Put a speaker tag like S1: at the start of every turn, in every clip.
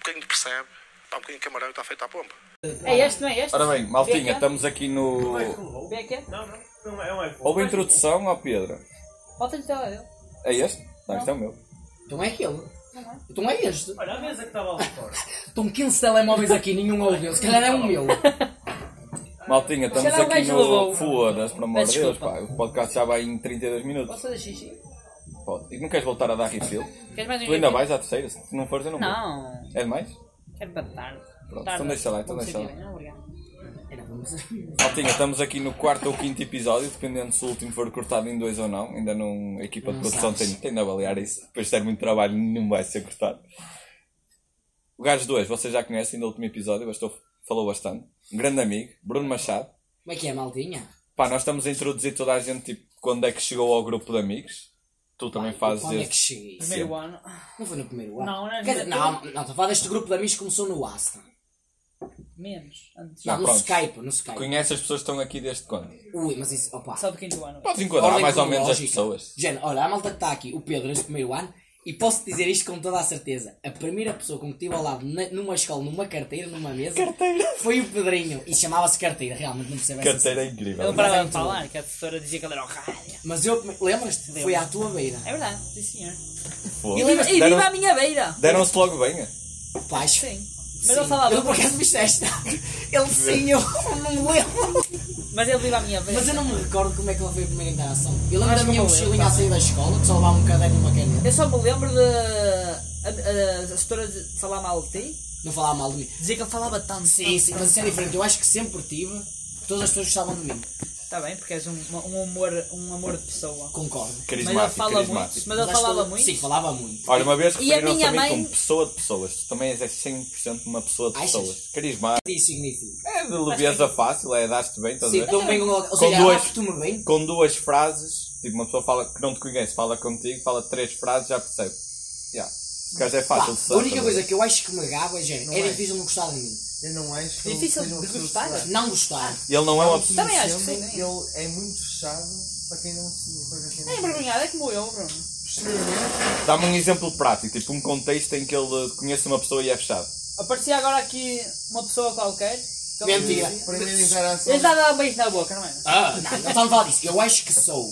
S1: bocadinho percebe, está um bocadinho de camarão e está feito à pompa.
S2: É este, não é este?
S3: Ora bem, maltinha, tá-
S2: Beca?
S3: estamos aqui no.
S2: Beca?
S4: Não, não. Não é um iPhone.
S3: Houve introdução ao Pedro.
S2: Falta-lhe tela dele.
S3: É este? Não, este é o meu.
S5: Então é aquele.
S2: Uhum.
S5: Então é este.
S4: Olha, a mesa que tá- estava lá fora.
S5: Estão 15 telemóveis aqui, nenhum ouviu. Se calhar é o meu.
S3: Maltinha, estamos
S2: Será o
S3: aqui
S2: gajo levou?
S3: no. Foda-se, pelo amor de
S5: Peço
S3: Deus,
S5: desculpa.
S3: pá. O podcast já vai em 32 minutos.
S2: Posso fazer xixi?
S3: Pode. E não queres voltar a dar refill?
S2: Queres mais um
S3: Tu ainda
S2: xixi?
S3: vais à terceira? Se tu não fores, eu não vou.
S2: Não,
S3: É demais?
S2: quero para tarde.
S3: Pronto,
S2: Tarde.
S3: então deixa lá, então
S2: Não sei
S3: deixa lá.
S2: bem, não, obrigado.
S5: Era, um vamos-
S3: Maltinha, estamos aqui no quarto ou quinto episódio, dependendo se o último for cortado em dois ou não. Ainda não. A equipa de produção tem, tem de avaliar isso. Depois de ter muito trabalho, nenhum vai ser cortado. O gajo 2, vocês já conhecem do último episódio, bastou, falou bastante. Um grande amigo, Bruno Machado.
S5: Como é que é, maldinha?
S3: Pá, nós estamos a introduzir toda a gente, tipo, quando é que chegou ao grupo de amigos. Tu também fazes
S5: Quando é que
S3: este.
S5: cheguei?
S2: Primeiro
S3: Sempre.
S2: ano.
S5: Não foi no primeiro ano?
S2: Não, é não era
S5: Quer dizer,
S2: no
S5: não, não, estou a falar deste grupo de amigos que começou no Asta.
S2: Menos. Antes.
S3: Não,
S5: no
S3: pronto.
S5: Skype, no Skype.
S3: Conhece as pessoas que estão aqui desde quando?
S5: Ui, mas isso, opa.
S2: Só do quinto ano.
S3: Podes enquadrar
S5: ordem
S3: mais ou menos as
S5: cronológica.
S3: pessoas.
S5: Gente, olha, a malta que está aqui, o Pedro, neste primeiro ano, e posso dizer isto com toda a certeza: a primeira pessoa com que estive ao lado na- numa escola, numa carteira, numa mesa,
S3: Carteira.
S5: foi o Pedrinho. E chamava-se carteira, realmente não percebo essa
S3: Carteira é
S5: cena.
S3: incrível.
S2: Ele parava de falar, que a professora dizia que ele era o raio.
S5: Mas eu, lembras-te? Foi à tua beira.
S2: É verdade, sim senhor.
S3: Foda.
S2: E viva- e
S3: Deram-
S2: viva à minha beira!
S3: Deram-se logo bem. é?
S5: Pais.
S2: Sim. Mas
S5: Sim.
S2: ele falava.
S5: Eu por acaso me disseste. Ele sim, eu não me lembro.
S2: Mas ele vive à minha beira.
S5: Mas eu não me recordo como é que ele foi a primeira interação. Eu lembro
S2: Acho
S5: da
S2: que
S5: minha
S2: não me lembro,
S5: mochilinha a sair da escola, que só levava um caderno e uma caneta.
S2: Eu só me lembro de. A, a, a setora de falar mal de ti,
S5: Não falava mal de mim.
S2: dizia que ele falava tanto.
S5: Sim, sim, mas isso é diferente. Eu acho que sempre tive, todas as pessoas gostavam de mim.
S2: Está bem, porque és um, um, amor, um amor de pessoa.
S5: Concordo.
S2: Mas ele
S3: Carismático,
S2: fala muito.
S3: carismático.
S2: Mas ele
S5: acho que
S2: falava
S5: ele-
S2: muito.
S5: Sim, falava muito.
S3: Olha, uma vez
S2: E a
S3: referiram-se
S2: minha
S3: a mim
S2: mãe-
S3: como pessoa de pessoas. Tu também és é 100% uma pessoa de
S5: Achas?
S3: pessoas. Carismático.
S5: Isso significa.
S3: É de leveza fácil, é dar-te bem, estás
S5: Sim,
S3: a ver?
S5: estou bem com Ou
S3: Com
S5: seja,
S3: dois.
S5: acho que tu me bem.
S3: Com duas frases, tipo, uma pessoa fala que não te conhece, fala contigo, fala três frases, já percebe. Já. O gajo é
S5: Pá,
S3: fácil de
S5: a
S3: saber.
S5: única coisa que eu acho que me gabo é, gente, é difícil não gostar de mim.
S6: Eu não é, então, acho que
S2: Difícil
S6: ele seja uma
S2: de
S6: pessoa
S2: gostar. né?
S6: fechada.
S5: Não gostar.
S3: Ele não é uma
S6: Ao
S3: pessoa.
S2: Também acho que
S6: mesmo
S2: sim.
S6: tempo, Ele é muito fechado para quem não se. Para quem
S2: É
S6: não
S2: envergonhado, é como eu, Bruno.
S3: Dá-me um exemplo prático, tipo, um contexto em que ele conhece uma pessoa e é fechado.
S2: Aparecia agora aqui uma pessoa qualquer. que ele-
S5: Mentira.
S6: Primeira interação.
S2: Ele já dava um beijo na boca, não é?
S5: Ah, não, não estava a falar disso. Eu acho que sou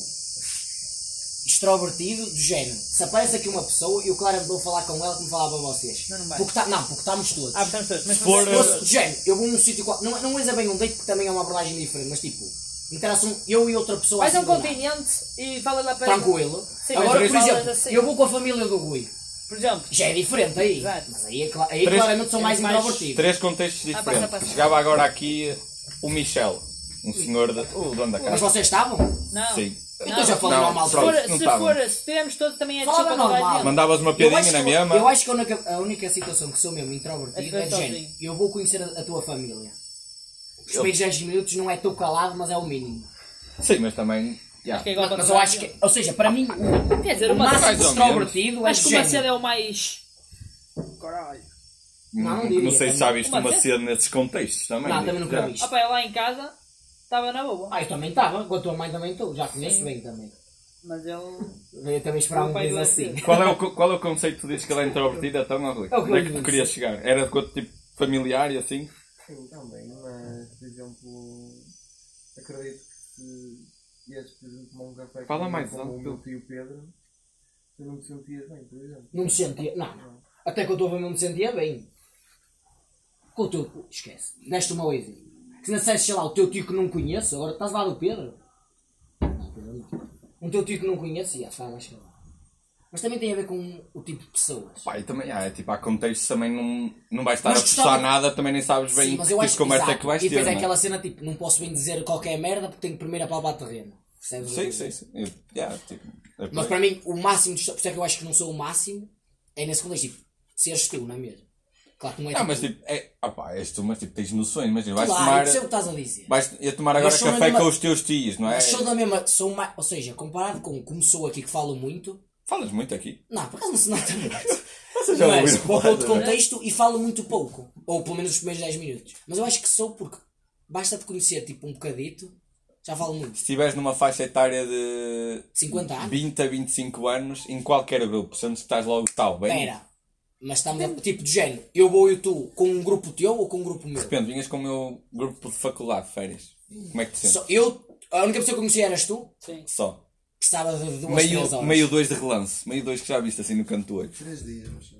S5: extrovertido do género. Se aparece aqui uma pessoa, eu claramente vou falar com ela como falava com vocês.
S2: Não, não vai.
S5: porque tá, não, porque estamos todos.
S2: Ah, portanto, todos. Mas
S3: Se for-
S5: Se fosse do género, eu vou num sítio qual- Não, não é bem um date porque também é uma abordagem diferente, mas tipo, interação eu e outra pessoa
S2: faz
S5: assim
S2: um
S5: do nada.
S2: continente e fala lá para.
S5: Tranquilo.
S2: Sim, mas
S5: Agora,
S2: três
S5: por exemplo,
S2: falas assim.
S5: eu vou com a família do Rui.
S2: Por exemplo.
S5: Já é diferente aí.
S2: Exato.
S5: Mas aí, é cla- aí
S3: Três-
S5: claramente sou mais
S2: É mais-
S5: introvertido.
S3: Três contextos
S2: Ah,
S3: diferentes.
S2: passa, passa.
S3: Chegava agora aqui o Michel, um senhor, de, o dono da
S5: Mas
S3: casa.
S5: vocês estavam?
S2: Não.
S3: Sim.
S5: Então já falei
S3: Não,
S5: normal.
S2: Se
S3: pronto.
S2: for,
S3: não tá
S2: se,
S3: estavam.
S2: for, se tivermos todos, também é
S5: Falava
S2: desculpa toda
S5: normal.
S2: a gente.
S3: Mandavas uma
S5: Eu
S3: piadinha
S5: acho,
S3: na
S5: que,
S3: mesma.
S5: eu acho que a única, a única situação que sou mesmo introvertido
S2: É
S5: é de género.
S2: sozinho.
S5: Eu vou conhecer a, a tua família. Os primeiros 10 minutos não é tão calado, mas é o mínimo.
S3: Sim, mas também. já.
S2: Que é igual para
S5: Mas eu
S2: toda a
S5: acho
S2: gente.
S5: que. Ou seja, para mim, o,
S2: Quer dizer,
S5: o
S2: uma
S5: máximo
S3: mais
S5: de
S3: ou menos.
S5: extrovertido é
S2: Acho
S5: de
S2: que uma
S5: género.
S2: cena é o mais. Caralho.
S5: Não, não
S3: Não, sei
S5: diria,
S3: se
S5: também.
S3: já viste
S2: Uma
S3: uma
S2: vez?
S3: cena nesses contextos também.
S5: Não, Ah, também nunca
S3: Já.
S5: vi isto.
S2: Opa, eu lá em casa estava na boa.
S5: Ah, eu também estava. Com a tua mãe também estou. Já conheço bem também.
S2: Mas ele.
S5: Eu também esperava
S2: O
S5: um
S2: pai
S5: diz
S2: do
S5: assim.
S2: Arthur.
S3: Qual é, o, co- qual é o conceito que tu dizes que ele é introvertido? Então, ó, Rui,
S5: É o que
S3: onde é
S5: eu
S3: que tu
S5: disse.
S3: querias chegar? Era de quanto tipo familiar e assim?
S6: Sim, também, mas, por exemplo, acredito que se ias, por exemplo, tomar um café
S3: Fala
S6: com,
S3: mais
S6: com
S3: alto,
S6: o
S3: Pedro.
S6: meu tio Pedro, tu não te sentias bem, por exemplo.
S5: Não me sentia. Não. Até que eu estou a ver, não me sentia bem. Com o teu. Esquece. Deste uma coisa. Se não dissesse, sei lá, o teu tio que não conheço, agora estás lá do Pedro. Não, Pedro não. Um teu tio que não conheço, ia ficar mais calado. Mas também tem a ver com o tipo de pessoas.
S3: Pá, e também, ah, é tipo, há contextos também não, não vais estar
S5: Mas
S3: a
S5: gostava-
S3: forçar nada, também nem sabes bem
S5: Sim,
S3: que
S5: mas eu
S3: tipo
S5: acho
S3: de conversa é
S5: exato.
S3: que vais
S5: E
S3: ter.
S5: depois é
S3: não é?
S5: aquela cena tipo, não posso bem dizer qualquer merda porque tenho que primeiro apalpar terreno. Percebes?
S3: Sim, sim, sim. Eu- yeah, tipo, é por
S5: Mas
S3: aí.
S5: para mim, o máximo, de- por isso é que eu acho que não sou o máximo, é nesse contexto. Tipo, seres tu, não é mesmo? Claro que não é
S3: Não, mas tipo, é, ah pá, és tu, mas tipo, tens noções, mas vais
S5: claro, eu
S3: tomar.
S5: percebo o que estás a dizer.
S3: Vais ia tomar agora
S5: sou na
S3: café
S5: mesma-
S3: com os teus tios, não é?
S5: Mas sou da mesma. Sou mais, ou seja, comparado com como sou aqui que falo muito.
S3: Falas muito aqui.
S5: Não, por acaso não se nota muito.
S3: já
S5: mas
S3: ouviram
S5: para
S3: falar,
S5: outro
S3: não é?
S5: contexto e falo muito pouco. Ou pelo menos os primeiros 10 minutos. Mas eu acho que sou porque basta te conhecer tipo um bocadito, já falo muito.
S3: Se estiveres numa faixa etária de
S5: 50 anos.
S3: 20 a 25 anos, em qualquer grupo, sendo que estás logo tal, bem.
S5: Espera. Mas estamos a, tipo de género. Eu vou e tu com um grupo teu ou com um grupo meu?
S3: Depende, vinhas com o meu grupo de faculdade de férias. Como é que te sentes?
S5: Só, eu, a única pessoa que eu conhecia eras tu,
S2: Sim.
S3: Só.
S5: que estava de duas, três
S3: Meio,
S5: horas.
S3: meio dois de relance. Meio dois que já viste assim no canto do olho.
S6: Três dias, mas.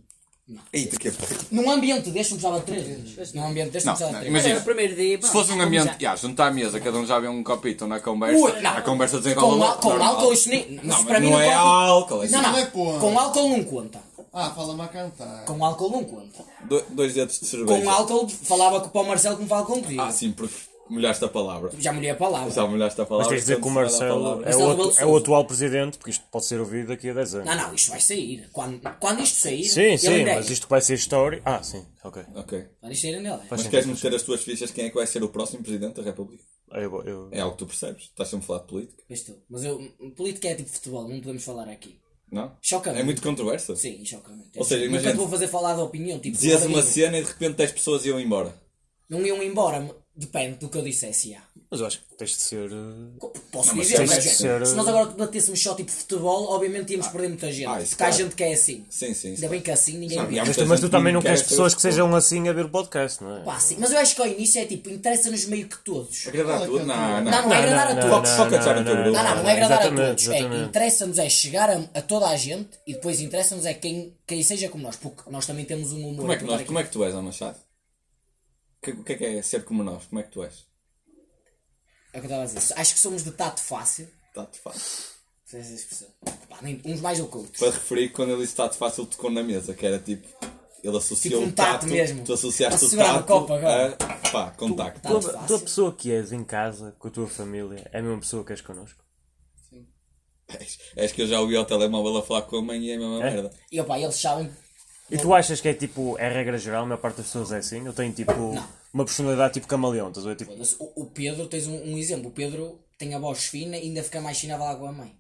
S3: Eita, que é porra.
S5: Num ambiente deste, não precisava de três. Num ambiente deste,
S3: Não,
S5: não precisava de
S3: não,
S5: três.
S3: imagina.
S2: Era o primeiro dia.
S3: Se fosse um ambiente, já, juntar à mesa, cada um já vê um copito na conversa,
S5: Ui, não.
S3: a conversa desenrola
S5: Com,
S3: logo,
S5: al- com
S3: normal.
S5: álcool, isso nem. Mas
S3: Não,
S5: para
S3: mas
S5: mim
S3: não é
S5: conta.
S3: álcool, é
S5: Não,
S3: assim,
S5: não.
S6: Não é porra.
S5: Com álcool não conta.
S6: Ah, fala-me a cantar.
S5: Com álcool não conta.
S3: do- dois dedos de cerveja.
S5: Com álcool falava com- para o Marcelo como fala contigo.
S3: Ah, sim, é um- porque molhaste a palavra.
S5: Já molhei a palavra.
S3: Já molhaste a palavra.
S7: Mas tens de dizer que o
S3: portanto, se dá a
S7: Marcelo
S3: palavra.
S7: é
S5: Marcelo
S7: o,
S5: Rebelo de
S7: atu- é o
S5: Sousa.
S7: atual presidente, porque isto pode ser ouvido daqui a 10 anos.
S5: Não, não, isto vai sair. Quando, quando isto sair.
S7: Sim,
S5: ele
S7: sim,
S5: ainda é.
S7: mas isto que vai ser histórico. Ah, sim, ok.
S3: Ok.
S5: Quando isto sair, ainda é.
S3: Mas queres meter as tuas fichas quem é que vai ser o próximo Presidente da República?
S7: Ah, Eu, eu,
S3: É algo que tu percebes. Estás sempre a falar de política.
S5: Mas tu. Mas eu. Política é tipo futebol, não podemos falar aqui.
S3: Não?
S5: Choca-me.
S3: É muito controversa.
S5: Sim, chocamente.
S3: Ou seja,
S5: Nunca
S3: imagina-
S5: te vou fazer falar da opinião. Tipo,
S3: Dizias
S5: falar
S3: uma
S5: de-
S3: cena e de repente 10 pessoas iam embora.
S5: Não iam embora, me- depende do que eu dissesse. Já.
S7: mas eu acho que tens de ser. eh,
S5: Co- Posso
S3: mas
S5: dizer,
S3: tens eh,
S5: mas,
S7: de
S5: gente,
S7: ser-
S5: se nós agora debatêssemos só tipo futebol, obviamente íamos perder muita gente.
S3: ah, isso
S5: porque há
S3: claro.
S5: gente que é assim.
S3: Sim, sim. sim.
S5: Ainda bem que assim ninguém
S3: Não,
S5: vê.
S3: e há
S7: Mas,
S3: muita
S7: tu- mas tu
S3: gente
S7: também não
S3: que
S7: queres
S3: quer
S7: pessoas
S3: ter-
S7: que sejam assim a ver o podcast, não é?
S5: Pá, assim. Mas eu acho que ao início é tipo, interessa-nos meio que todos.
S3: Agradar a tudo? Não, não.
S5: Não, não é agradar a todos.
S3: Só cansar o teu grupo.
S5: Não, não, não é agradar a
S7: Exatamente,
S5: todos. É,
S7: exatamente.
S5: interessa-nos é chegar a, a toda a gente e depois interessa-nos é quem, quem seja como nós, porque nós também temos um humor.
S3: Como é que,
S5: a contar
S3: nós, como é que tu és, Ana Machado? O que, o que é que é ser como nós? Como é que tu és?
S5: aqui. É o que eu estava a dizer. Acho que somos de tato fácil.
S3: Está-te fácil.
S5: Se é essa expressão. Pá, nem- uns mais do que outros.
S3: Para referir que quando ele disse está-te fácil, tocou na mesa, que era tipo. Ele associou
S5: Tipo um
S3: o
S5: tato
S3: tato,
S5: mesmo.
S3: Tu
S5: Para
S3: associaste o
S5: segurar o
S3: tato
S5: copo agora.
S3: a. pá, contacto.
S5: Tato
S7: Toda,
S5: Tá, fácil.
S7: toda pessoa que és em casa, com a tua família, é a mesma pessoa que és connosco.
S3: És- És É que eu já ouvi ao telemóvel a falar com a mãe e é a mesma
S7: É?
S3: merda.
S5: E opá, eles sabem.
S7: E tu achas que é tipo, é regra geral, a maior parte das pessoas é assim? Eu tenho tipo uma personalidade tipo camaleão, estás a ver? Tipo,
S5: Mas O, o Pedro, tens um, um exemplo. O Pedro tem a voz fina e ainda fica mais fina a falar com a mãe.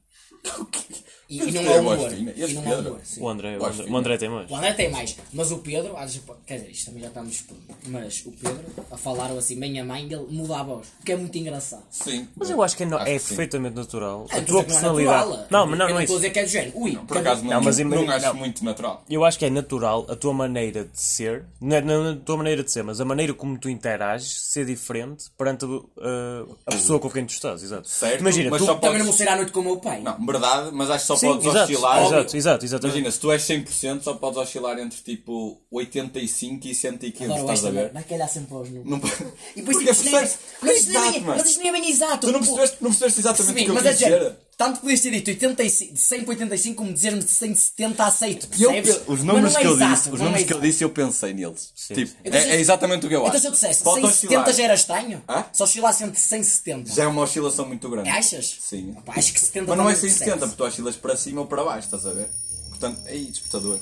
S5: E, e não
S3: Tem
S5: é
S3: a voz
S5: humor.
S3: fina.
S5: E
S3: Este
S5: não é
S3: Pedro.
S5: humor. sim.
S7: o André, o
S3: Gosto,
S7: André,
S3: filho.
S7: o André tem mais.
S5: O André tem mais, mas o Pedro, às vezes, quer dizer, isto também já estamos. Mas o Pedro, a falar assim, bem a mãe, ele muda a voz, o que é muito engraçado.
S3: Sim.
S7: Mas eu acho que é, no-
S3: Acho
S7: é
S3: sim.
S7: perfeitamente natural
S5: Eu
S7: a
S5: não estou
S7: tua
S5: a dizer que não é natural.
S7: personalidade. Não, mas não,
S5: Eu
S7: não
S5: estou a
S7: é isso.
S5: dizer que é do género. Ui,
S3: Por acaso não,
S7: Não, mas
S3: não,
S7: imagina-
S3: acho
S7: não.
S3: muito natural.
S7: Eu acho que é natural a tua maneira de ser, não é não é a tua maneira de ser, mas a maneira como tu interages ser diferente perante eh, a pessoa com quem tu estás, exato.
S3: Certo,
S7: Imagina,
S3: mas
S7: tu,
S3: só
S5: também
S3: podes.
S5: não vou sair à noite com o meu pai.
S3: Não, verdade, mas acho que só
S7: Sim,
S3: podes
S7: exato,
S3: oscilar.
S7: exato, exato, exatamente.
S3: Imagina, se tu és 100%, só podes oscilar entre tipo 85 e 115,
S5: Adoro
S3: estás a
S5: esta,
S3: ver?
S5: mano. vai calhar sempre aos números.
S3: Não...
S5: E depois
S3: Porque
S5: tipo, isto nem é-
S3: percebes?
S5: mas isto nem é
S3: Exato,
S5: bem-
S3: mano.
S5: mas isto nem é bem exato.
S3: Tu não
S5: pô.
S3: percebeste, não percebeste exatamente
S5: Percebi,
S3: o que eu
S5: mas é
S3: quis
S5: de género.
S3: dizer.
S5: Tanto podias ter dito 85, de 100 para 85 como dizer-me de 100 de 70 aceito,
S3: E eu
S5: percebes?
S3: pe- os
S5: Mas
S3: números
S5: não é
S3: que eu
S5: exato,
S3: disse, os
S5: não é
S3: números que eu
S5: exato.
S3: disse, eu pensei neles. tipo,
S7: sim.
S3: É, é exatamente o que eu acho.
S5: Então se eu dissesse
S3: Pode
S5: 170
S3: oscilar.
S5: já era estranho?
S3: Hã?
S5: Só oscilasse entre 100 e 70.
S3: Já é uma oscilação muito grande.
S5: Achas?
S3: Sim.
S5: Opa, acho que 70
S3: Mas não é
S5: também
S3: 170,
S5: percebe-se.
S3: porque tu oscilas para cima ou para baixo, estás a ver? Portanto, aí, disputador.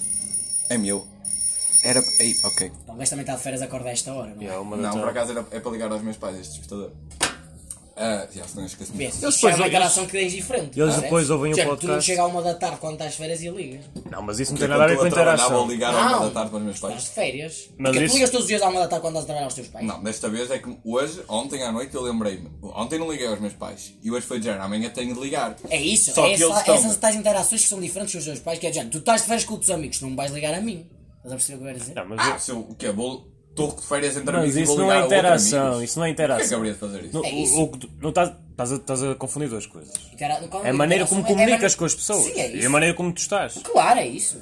S3: É meu. Era. Ei, ok.
S5: Pá, O gajo também está de férias, acorda a esta hora, não é?
S7: É uma da
S3: Não,
S7: tua-
S3: por acaso era, é para ligar aos meus pais este despertador. Ah, já, senão eu esqueço
S5: Vê,
S3: muito.
S5: isto
S7: depois
S5: é uma
S7: ouvem-
S5: interação que tens diferente.
S7: eles
S5: percebes?
S7: depois ouvem o
S5: Tipo, Tu não
S7: podcast.
S5: chega à uma da tarde quando estás de férias e ligas.
S7: Não, mas isso não
S3: é
S7: tem nada a ver com a
S3: Vou
S7: interação.
S3: ligar à uma da tarde para os meus
S5: Estás
S3: pais.
S5: de férias.
S7: Mas
S5: Porque tu
S7: isso-
S5: ligas todos os dias à uma da tarde quando estás a trabalhar aos teus pais.
S3: Não, desta vez é que hoje, ontem à noite, eu lembrei-me. Ontem não liguei aos meus pais. E hoje foi de género, amanhã tenho de ligar.
S5: É isso,
S3: Só
S5: é
S3: que
S5: essa-
S3: eles estão-
S5: essas tais interações que são diferentes com os teus pais, que é do género, tu estás de férias com os teus amigos, não me vais ligar a mim. Estás a perceber o que eu quero dizer?
S7: Não, mas,
S3: Ah, se eu, o quê? Vou. Estou de férias entre
S7: mas
S3: amigos Ah, e
S7: isso
S3: vou
S7: não é
S3: ligar a outro
S7: interação,
S3: amigo.
S7: isso não é
S3: Por que é que
S7: interação.
S3: habria de fazer isso?
S7: Não,
S5: É
S7: o-
S5: isso.
S7: o que tu- não estás- estás a- estás a confundir duas coisas.
S5: Cara, quando
S7: É a
S5: eu
S7: maneira
S5: digo interação, é-
S7: como
S5: é a
S7: comunicas
S5: maneira-
S7: com as pessoas.
S5: Sim, é
S7: E a
S5: isso.
S7: maneira como tu estás.
S5: Claro, é isso.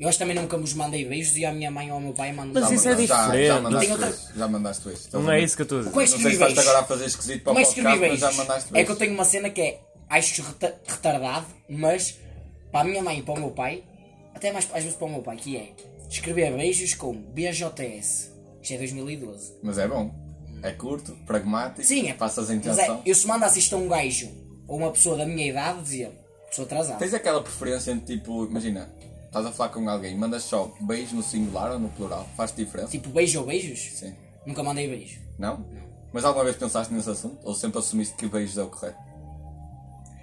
S5: Eu acho que também nunca vos mandei beijos e à minha mãe ou ao meu pai mando
S7: Mas
S3: Já
S7: isso é
S3: mandaste- já- Já
S7: diferente.
S3: mandaste
S5: Tem outra-
S3: isso. Já mandaste isso. Estás
S7: Não
S3: a
S7: é
S3: ver?
S7: isso que eu estou a dizer.
S5: Como é que
S3: Não sei se
S5: escrevi
S3: estás
S5: beijos?
S3: agora a fazer esquisito para o
S5: Como é que escrevi
S3: podcast, mas
S5: beijos?
S3: já mandaste
S5: É que eu
S3: beijos.
S5: tenho uma cena que é acho reta- retardado, mas para a minha mãe e para o meu pai, até mais às vezes para o meu pai, que é escrever beijos com BJS. Isto é 2012.
S3: Mas é bom. É curto, pragmático.
S5: Sim, é
S3: Passas a
S5: Mas é,
S3: intenção.
S5: eu se mandasse isto a um gajo ou uma pessoa da minha idade, dizia pessoa atrasada.
S3: Tens aquela preferência entre tipo, imagina, estás a falar com alguém, mandas só beijo no singular ou no plural? Faz diferença?
S5: Tipo beijo ou beijos?
S3: Sim.
S5: Nunca mandei beijo.
S3: Não? Mas alguma vez pensaste nesse assunto? Ou sempre assumiste que beijos é o correto?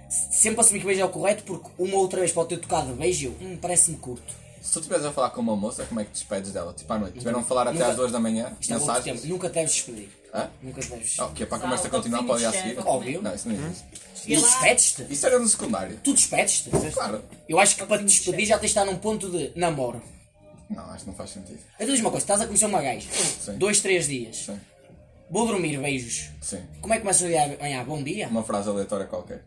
S5: Sempre assumi que beijo é o correto porque uma outra vez pode ter tocado beijo, eu, hum, parece-me curto.
S3: Se tu estiveres a falar com uma moça, como é que te despedes dela? Tipo à noite? Tiveram a falar até
S5: Nunca-
S3: às 2 da manhã?
S5: Isto é outro tema.
S3: Mensagens?
S5: Nunca te deves despedir.
S3: Hã?
S5: Nunca te deves
S3: Ah,
S5: despedir.
S3: o quê? Para a conversa
S8: um
S3: continuar para o dia a seguir?
S8: cozinho de chefe.
S5: Óbvio.
S3: Não, isso não existe.
S5: Tu despedes-te?
S3: Isso era no secundário.
S5: Tu despedes-te?
S3: Claro.
S5: Eu acho que para te despedir já tens de estar num ponto de namoro.
S3: Não, acho que não faz sentido.
S5: Eu digo uma coisa, estás a conhecer uma gaja, dois, três dias,
S3: Sim.
S5: vou dormir, beijos.
S3: Sim.
S5: Como é que começas o dia amanhã? Bom dia?
S3: Uma frase aleatória qualquer.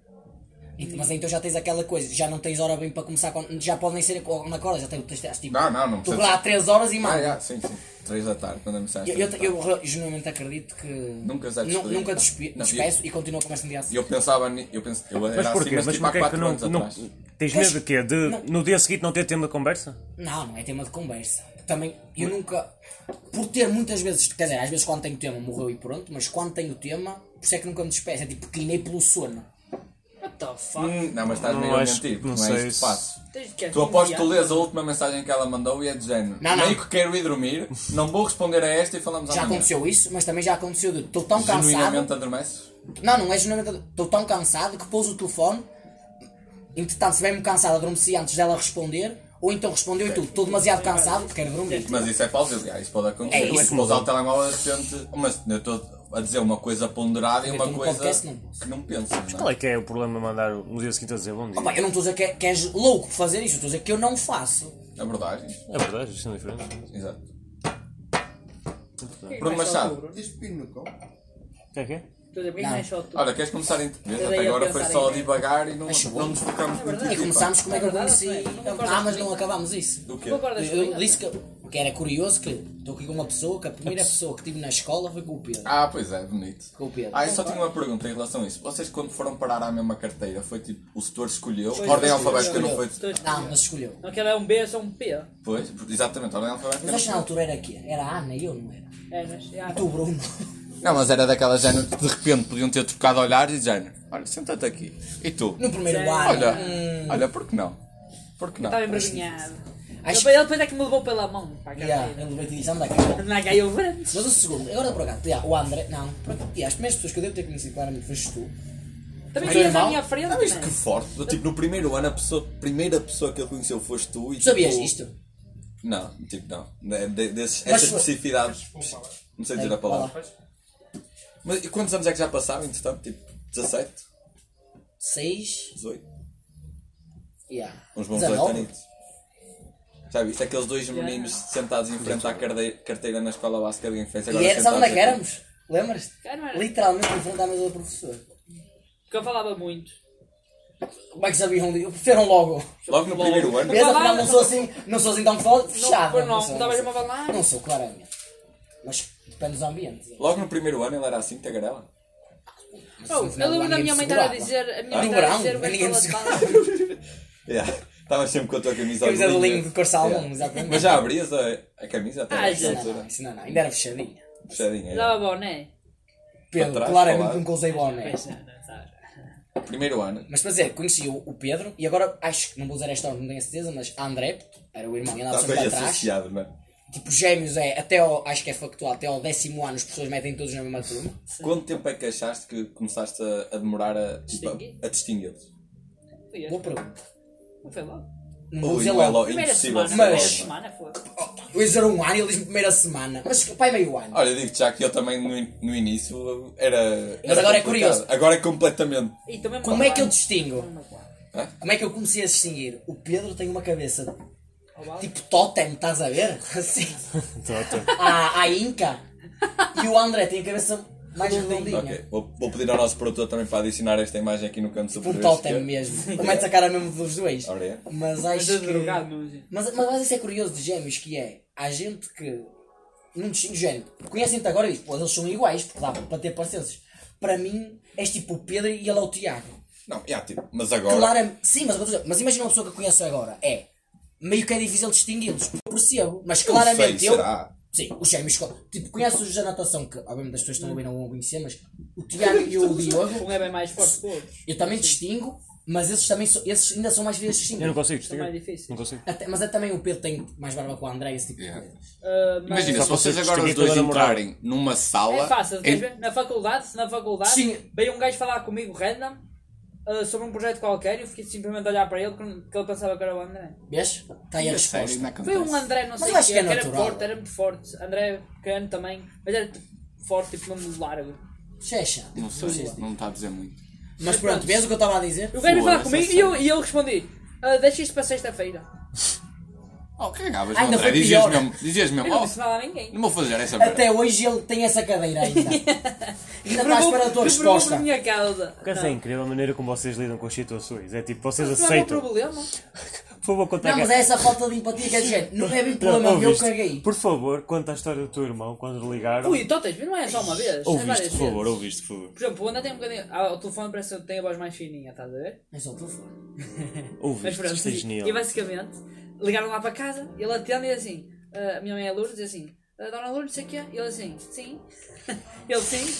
S5: E- Mas então já tens aquela coisa, já não tens hora bem para começar, quando- já pode nem ser quando acordas, já tens, tens tipo,
S3: Não, não, não
S5: tu
S3: precisa.
S5: lá há três horas e
S3: Ah,
S5: mais.
S3: já, sim, sim. Três da tarde, quando a é mensagem.
S5: Eu, eu, eu, genuinamente acredito que
S3: Nunca já
S5: nu-
S3: despedi.
S5: nunca despe-
S3: Não,
S5: despeço e continuo a começar no dia a seguir.
S3: eu pensava. ni- Eu penso, eu
S7: Mas
S3: era assim,
S7: porquê?
S3: mas,
S7: Mas
S3: tipo há
S7: porquê é que
S3: quatro
S7: não.
S3: anos
S7: não-
S3: atrás.
S7: Tens
S5: Pois-
S7: medo de quê? De
S5: Não.
S7: no dia seguinte não ter tema de conversa?
S5: Não, não é tema de conversa. Também, eu nunca. Por ter muitas vezes. Quer dizer, às vezes quando tenho tema morreu e pronto, mas quando tenho tema, por isso é que nunca me despeço. É tipo, clinei pelo sono.
S2: What the fuck?
S3: Hum, Não, mas estás
S7: Não
S3: meio a
S7: acho-
S3: mentir,
S7: não
S3: não, não
S7: sei
S3: é isto que
S7: se-
S3: faço.
S2: Tens que
S3: Tu após que tu lês a última mensagem que ela mandou e é de género.
S5: Não, não.
S3: Meio que quero ir dormir, não vou responder a esta e falamos
S2: é.
S5: Já
S3: amanhã.
S5: aconteceu isso, mas também já aconteceu de. Estou tão
S3: Genuinamente
S5: cansado.
S3: adormeces?
S5: Não, não é genuinamente. Estou tão cansado que pouso o telefone. Entretanto, se bem-me cansado, adormeci antes dela responder. Ou então respondeu e tu, estou
S2: é.
S5: demasiado cansado, quero dormir.
S3: Mas isso é plausível, isso pode acontecer.
S5: É isso.
S3: Vou usar o telemóvel de repente. Mas eu estou a dizer uma coisa ponderada e uma
S5: Eu no
S3: coisa
S5: um podcast não posso.
S3: que não penso.
S7: Qual é que é o problema de mandar no dia seguinte a dizer bom dia?
S5: Opa, eu não estou a dizer que, é- que és louco por fazer isso, estou a dizer que eu não faço.
S3: Não é? Abordagens.
S7: É verdade, isto é diferente.
S3: Exato. Bruno Machado,
S6: Este pino no copo.
S7: O que é que é?
S3: olha, queres começar em português?
S2: Eu
S3: Até
S2: dei a
S3: agora foi
S2: pensar
S3: só
S2: em-
S3: devagar e não, não nos focamos muito
S5: E
S3: em ti, pá.
S5: começámos como é que eu
S2: É verdade,
S5: conheci.
S2: não é? Não
S5: Ah, mas
S2: concordas
S5: não
S2: comigo?
S5: acabámos isso.
S3: Do quê?
S5: Eu disse que, que era curioso que estou aqui com uma pessoa que a primeira pessoa que tive na escola foi com o Pedro.
S3: Ah, pois é, bonito.
S5: Com o Pedro.
S3: Ah, eu só tinha uma pergunta em relação a isso. Vocês quando foram parar à mesma carteira, foi tipo, o setor escolheu, ordem alfabética não foi...
S5: Não, mas escolheu.
S2: Não, que ela é um B, é só um P. É,
S3: Pois, exatamente, ordem
S5: Mas acho que
S3: alfabética.
S5: na altura era quê? Era a Ana e eu, não era?
S2: mas. é a-
S5: Tu, Bruno.
S3: Não, mas era daquela género que de repente podiam ter trocado olhares e género. Olha, senta-te aqui. E tu?
S5: No primeiro ano.
S3: Olha, olha, por que não? Por que não?
S2: Estava envergonhado.
S5: Acho
S2: Ele ele depois é que me levou pela mão. Para a
S5: Yeah,
S2: carteira.
S5: ele veio te dizer, anda cá.
S2: Na gaia eu grande.
S5: Mas o segundo, agora por acaso, yeah, o André, não, por acaso, yeah, as primeiras pessoas que eu devo ter conhecido claramente foste tu.
S2: Também
S5: Mas
S3: é
S2: vinhas à
S5: normal.
S2: minha frente. né?
S3: Não, isto que
S2: mano.
S3: forte. Eu, tipo, no primeiro ano, a pessoa, primeira pessoa que ele conheceu foste tu e
S5: Tu sabias
S3: tipo,
S5: isto?
S3: Não, tipo, não. De, de, desses,
S5: Mas
S3: essa
S5: foi-
S3: especificidade. Não sei dizer a palavra. Mas e quantos anos é que já passaram, entretanto? Tipo, 17,
S5: Seis,
S3: 18?
S5: yeah.
S3: Uns bons 18
S5: 19.
S3: anos. Já viste aqueles dois meninos sentados em frente à carteira, carteira na escola básica de infância?
S5: E era,
S3: sentados
S5: sabe onde é que
S3: aqui.
S5: éramos? Lembras-te?
S2: Cara, não era.
S5: Literalmente em frente à mesa do professor.
S2: Porque eu falava muito.
S5: Como é que sabiam? Ofereceram logo.
S3: Logo no primeiro ano?
S5: Mas afinal não sou assim, não sou assim tão fo- fechado.
S2: pois não,
S5: sou,
S2: talvez
S5: sou.
S2: uma balada.
S5: Não sou, claramente. Mas depende dos ambientes.
S3: Logo no primeiro ano ele era assim, tagarela?
S2: Oh,
S5: no
S2: eu
S5: final do
S2: lembro
S5: ano
S2: da
S5: ninguém
S2: minha
S5: me
S2: mãe estar a
S5: segurava.
S2: dizer. A minha
S5: Ah,
S2: mãe
S5: no
S2: estar a
S5: verão,
S2: dizer. vai
S5: ninguém me
S2: falar de
S5: segurava.
S2: balada.
S3: Yeah. Estavas sempre com a tua camisa
S5: Camisa de
S3: azul,
S5: linho
S3: né?
S5: de cor salmão,
S3: Yeah.
S5: exatamente.
S3: Mas já abrias a, a camisa até
S2: Ah,
S3: nessa
S2: já.
S5: Não, não,
S3: altura?
S5: isso não, não. Ainda era fechadinha.
S3: Fechadinha,
S2: Dava
S3: yeah.
S5: é,
S2: boné.
S3: trás,
S5: Pedro,
S3: para
S5: claramente um
S3: lá.
S5: nunca usei boné.
S2: Pois é, não, não sabes.
S3: Primeiro ano.
S5: né? Mas para dizer, conheci o, o Pedro e agora acho que não vou dizer esta hora, não tenho a certeza, mas André, era o irmão e andava
S3: Está
S5: sempre
S3: Tá bem
S5: para trás.
S3: associado, não é?
S5: Tipo, gêmeos é, até ao, acho que é factual, até ao décimo ano as pessoas metem todos na mesma turma.
S3: Quanto tempo é que achaste que começaste a, a demorar a, tipo, a,
S2: Distinguir?
S3: a distingui-los?
S2: Foi eu.
S5: Boa pergunta.
S2: é. Não foi logo.
S5: Não vou
S3: Ui,
S5: dizer
S3: não é
S5: logo.
S3: logo
S2: Primeira
S3: impossível.
S2: semana. Primeira
S3: saber,
S5: Mas-
S3: não é?
S2: semana foi.
S5: Eu ia dizer um ano e ele diz-me primeira semana. Mas pai meio ano.
S3: Olha, digo-te já que eu também no, in- no início era. era
S5: agora é
S3: complicado.
S5: curioso.
S3: Agora é completamente.
S2: E também
S5: Como é que eu distingo?
S3: Hã?
S5: Como é que eu comecei a distinguir? O Pedro tem uma cabeça tipo totem, estás a ver? Assim.
S7: Então,
S5: a, a Inca. E o André tem a cabeça mais redondinha.
S3: Ok, vou, vou pedir ao nosso produtor também para adicionar esta imagem aqui no canto
S5: Tipo um
S3: superior.
S5: totem
S3: esquerdo.
S5: mesmo. Tu metes a cara mesmo dos dois.
S3: Ora é.
S5: Mas acho
S2: Mas
S5: que...
S2: drogado, não é?
S5: Mas, mas, mas isso é curioso de gêmeos, que é... Há gente que... Não distingue género. Conhecem-te agora e diz, pô, eles são iguais, porque dá para ter parecenças. Para mim, és tipo o Pedro e ele é o Tiago.
S3: Não, yeah, tipo, mas agora.
S5: Claramente, sim, mas, eu estou a dizer, mas imagina uma pessoa que eu conheço agora, é meio que é difícil distingui-los, eu percebo,
S3: Não
S5: mas
S3: sei,
S5: claramente eu.
S3: será?
S5: Sim, os gêmeos, co- tipo, conheces os da natação, que obviamente as pessoas que estão a ouvir não vão conhecer, mas o Tiago e o Diogo,
S2: Um é bem mais forte que o outro.
S5: eu também distingo, mas esses também são- esses ainda são mais vezes
S7: Eu não
S5: distinguidos.
S7: consigo,
S2: Também é
S7: estiga.
S2: difícil.
S7: Não consigo.
S5: Até- mas é também o Pedro tem mais barba com o André, esse tipo
S3: Yeah.
S5: de coisa.
S2: Ah, mas-
S3: Imagina, se vocês agora os
S7: distinguir
S3: dois
S7: pela namorada.
S3: entrarem numa sala.
S2: É fácil,
S3: em-
S2: estás a ver? Na faculdade, se na faculdade
S5: Sim.
S2: veio um gajo falar comigo random ah, sobre um projeto qualquer e eu fiquei simplesmente a olhar para ele que que ele pensava que era o André.
S5: Vês? Está aí a resposta.
S3: né?
S2: Foi um André, não
S5: Mas
S2: sei
S5: eu
S2: o
S5: acho
S2: que,
S5: que é
S2: era
S5: natural.
S2: forte, era muito forte. André pequeno também, mas era tipo, forte, tipo mesmo largo.
S5: Isso é chato.
S3: Não sei, né? não está a dizer muito.
S5: Mas pronto, vês o que eu estava a dizer?
S2: E o gajo veio falar
S3: Foda-se,
S2: comigo
S3: essa
S2: e eu, e eu respondi: ah, Deixa isto para sexta-feira.
S3: Oh, cagavas,
S5: Ainda
S3: André.
S5: foi
S3: Dizias
S5: pior.
S3: mesmo, dizias mesmo
S2: Eu não disse
S3: oh,
S2: nada a ninguém.
S3: não vou fazer essa merda.
S5: Até hoje ele tem essa cadeira ainda. ainda está à espera da
S2: Reprovo- reprovo
S5: tua resposta.
S2: a minha causa.
S7: Porque
S2: Não.
S7: é incrível a maneira como vocês lidam com as situações. É tipo, vocês
S2: Mas não é o meu
S7: aceitam.
S2: problema.
S7: Por favor, conta
S5: Não,
S7: a-
S5: mas é essa falta de empatia que é de género. Não é bem
S7: Tá Não,
S5: problema meu, eu
S7: ouviste?
S5: caguei.
S7: Por favor, conta a história do teu irmão quando ligaram.
S2: Ui, Totas, não é só uma vez. é
S7: Ouviste,
S2: várias
S7: por favor,
S2: vezes.
S7: ouviste, por favor.
S2: Por exemplo, o André tem um bocadinho. ah, O telefone parece que tem a voz mais fininha, estás a ver?
S5: É só o telefone.
S2: Mas
S7: Ouviste,
S2: pronto,
S7: isto é
S2: e,
S7: genial.
S2: e basicamente ligaram lá para casa, ele atende e diz assim, ah, a minha mãe é Lourdes, diz assim, ah, Dona Lourdes, sei que é? Ele assim, sim. ele sim.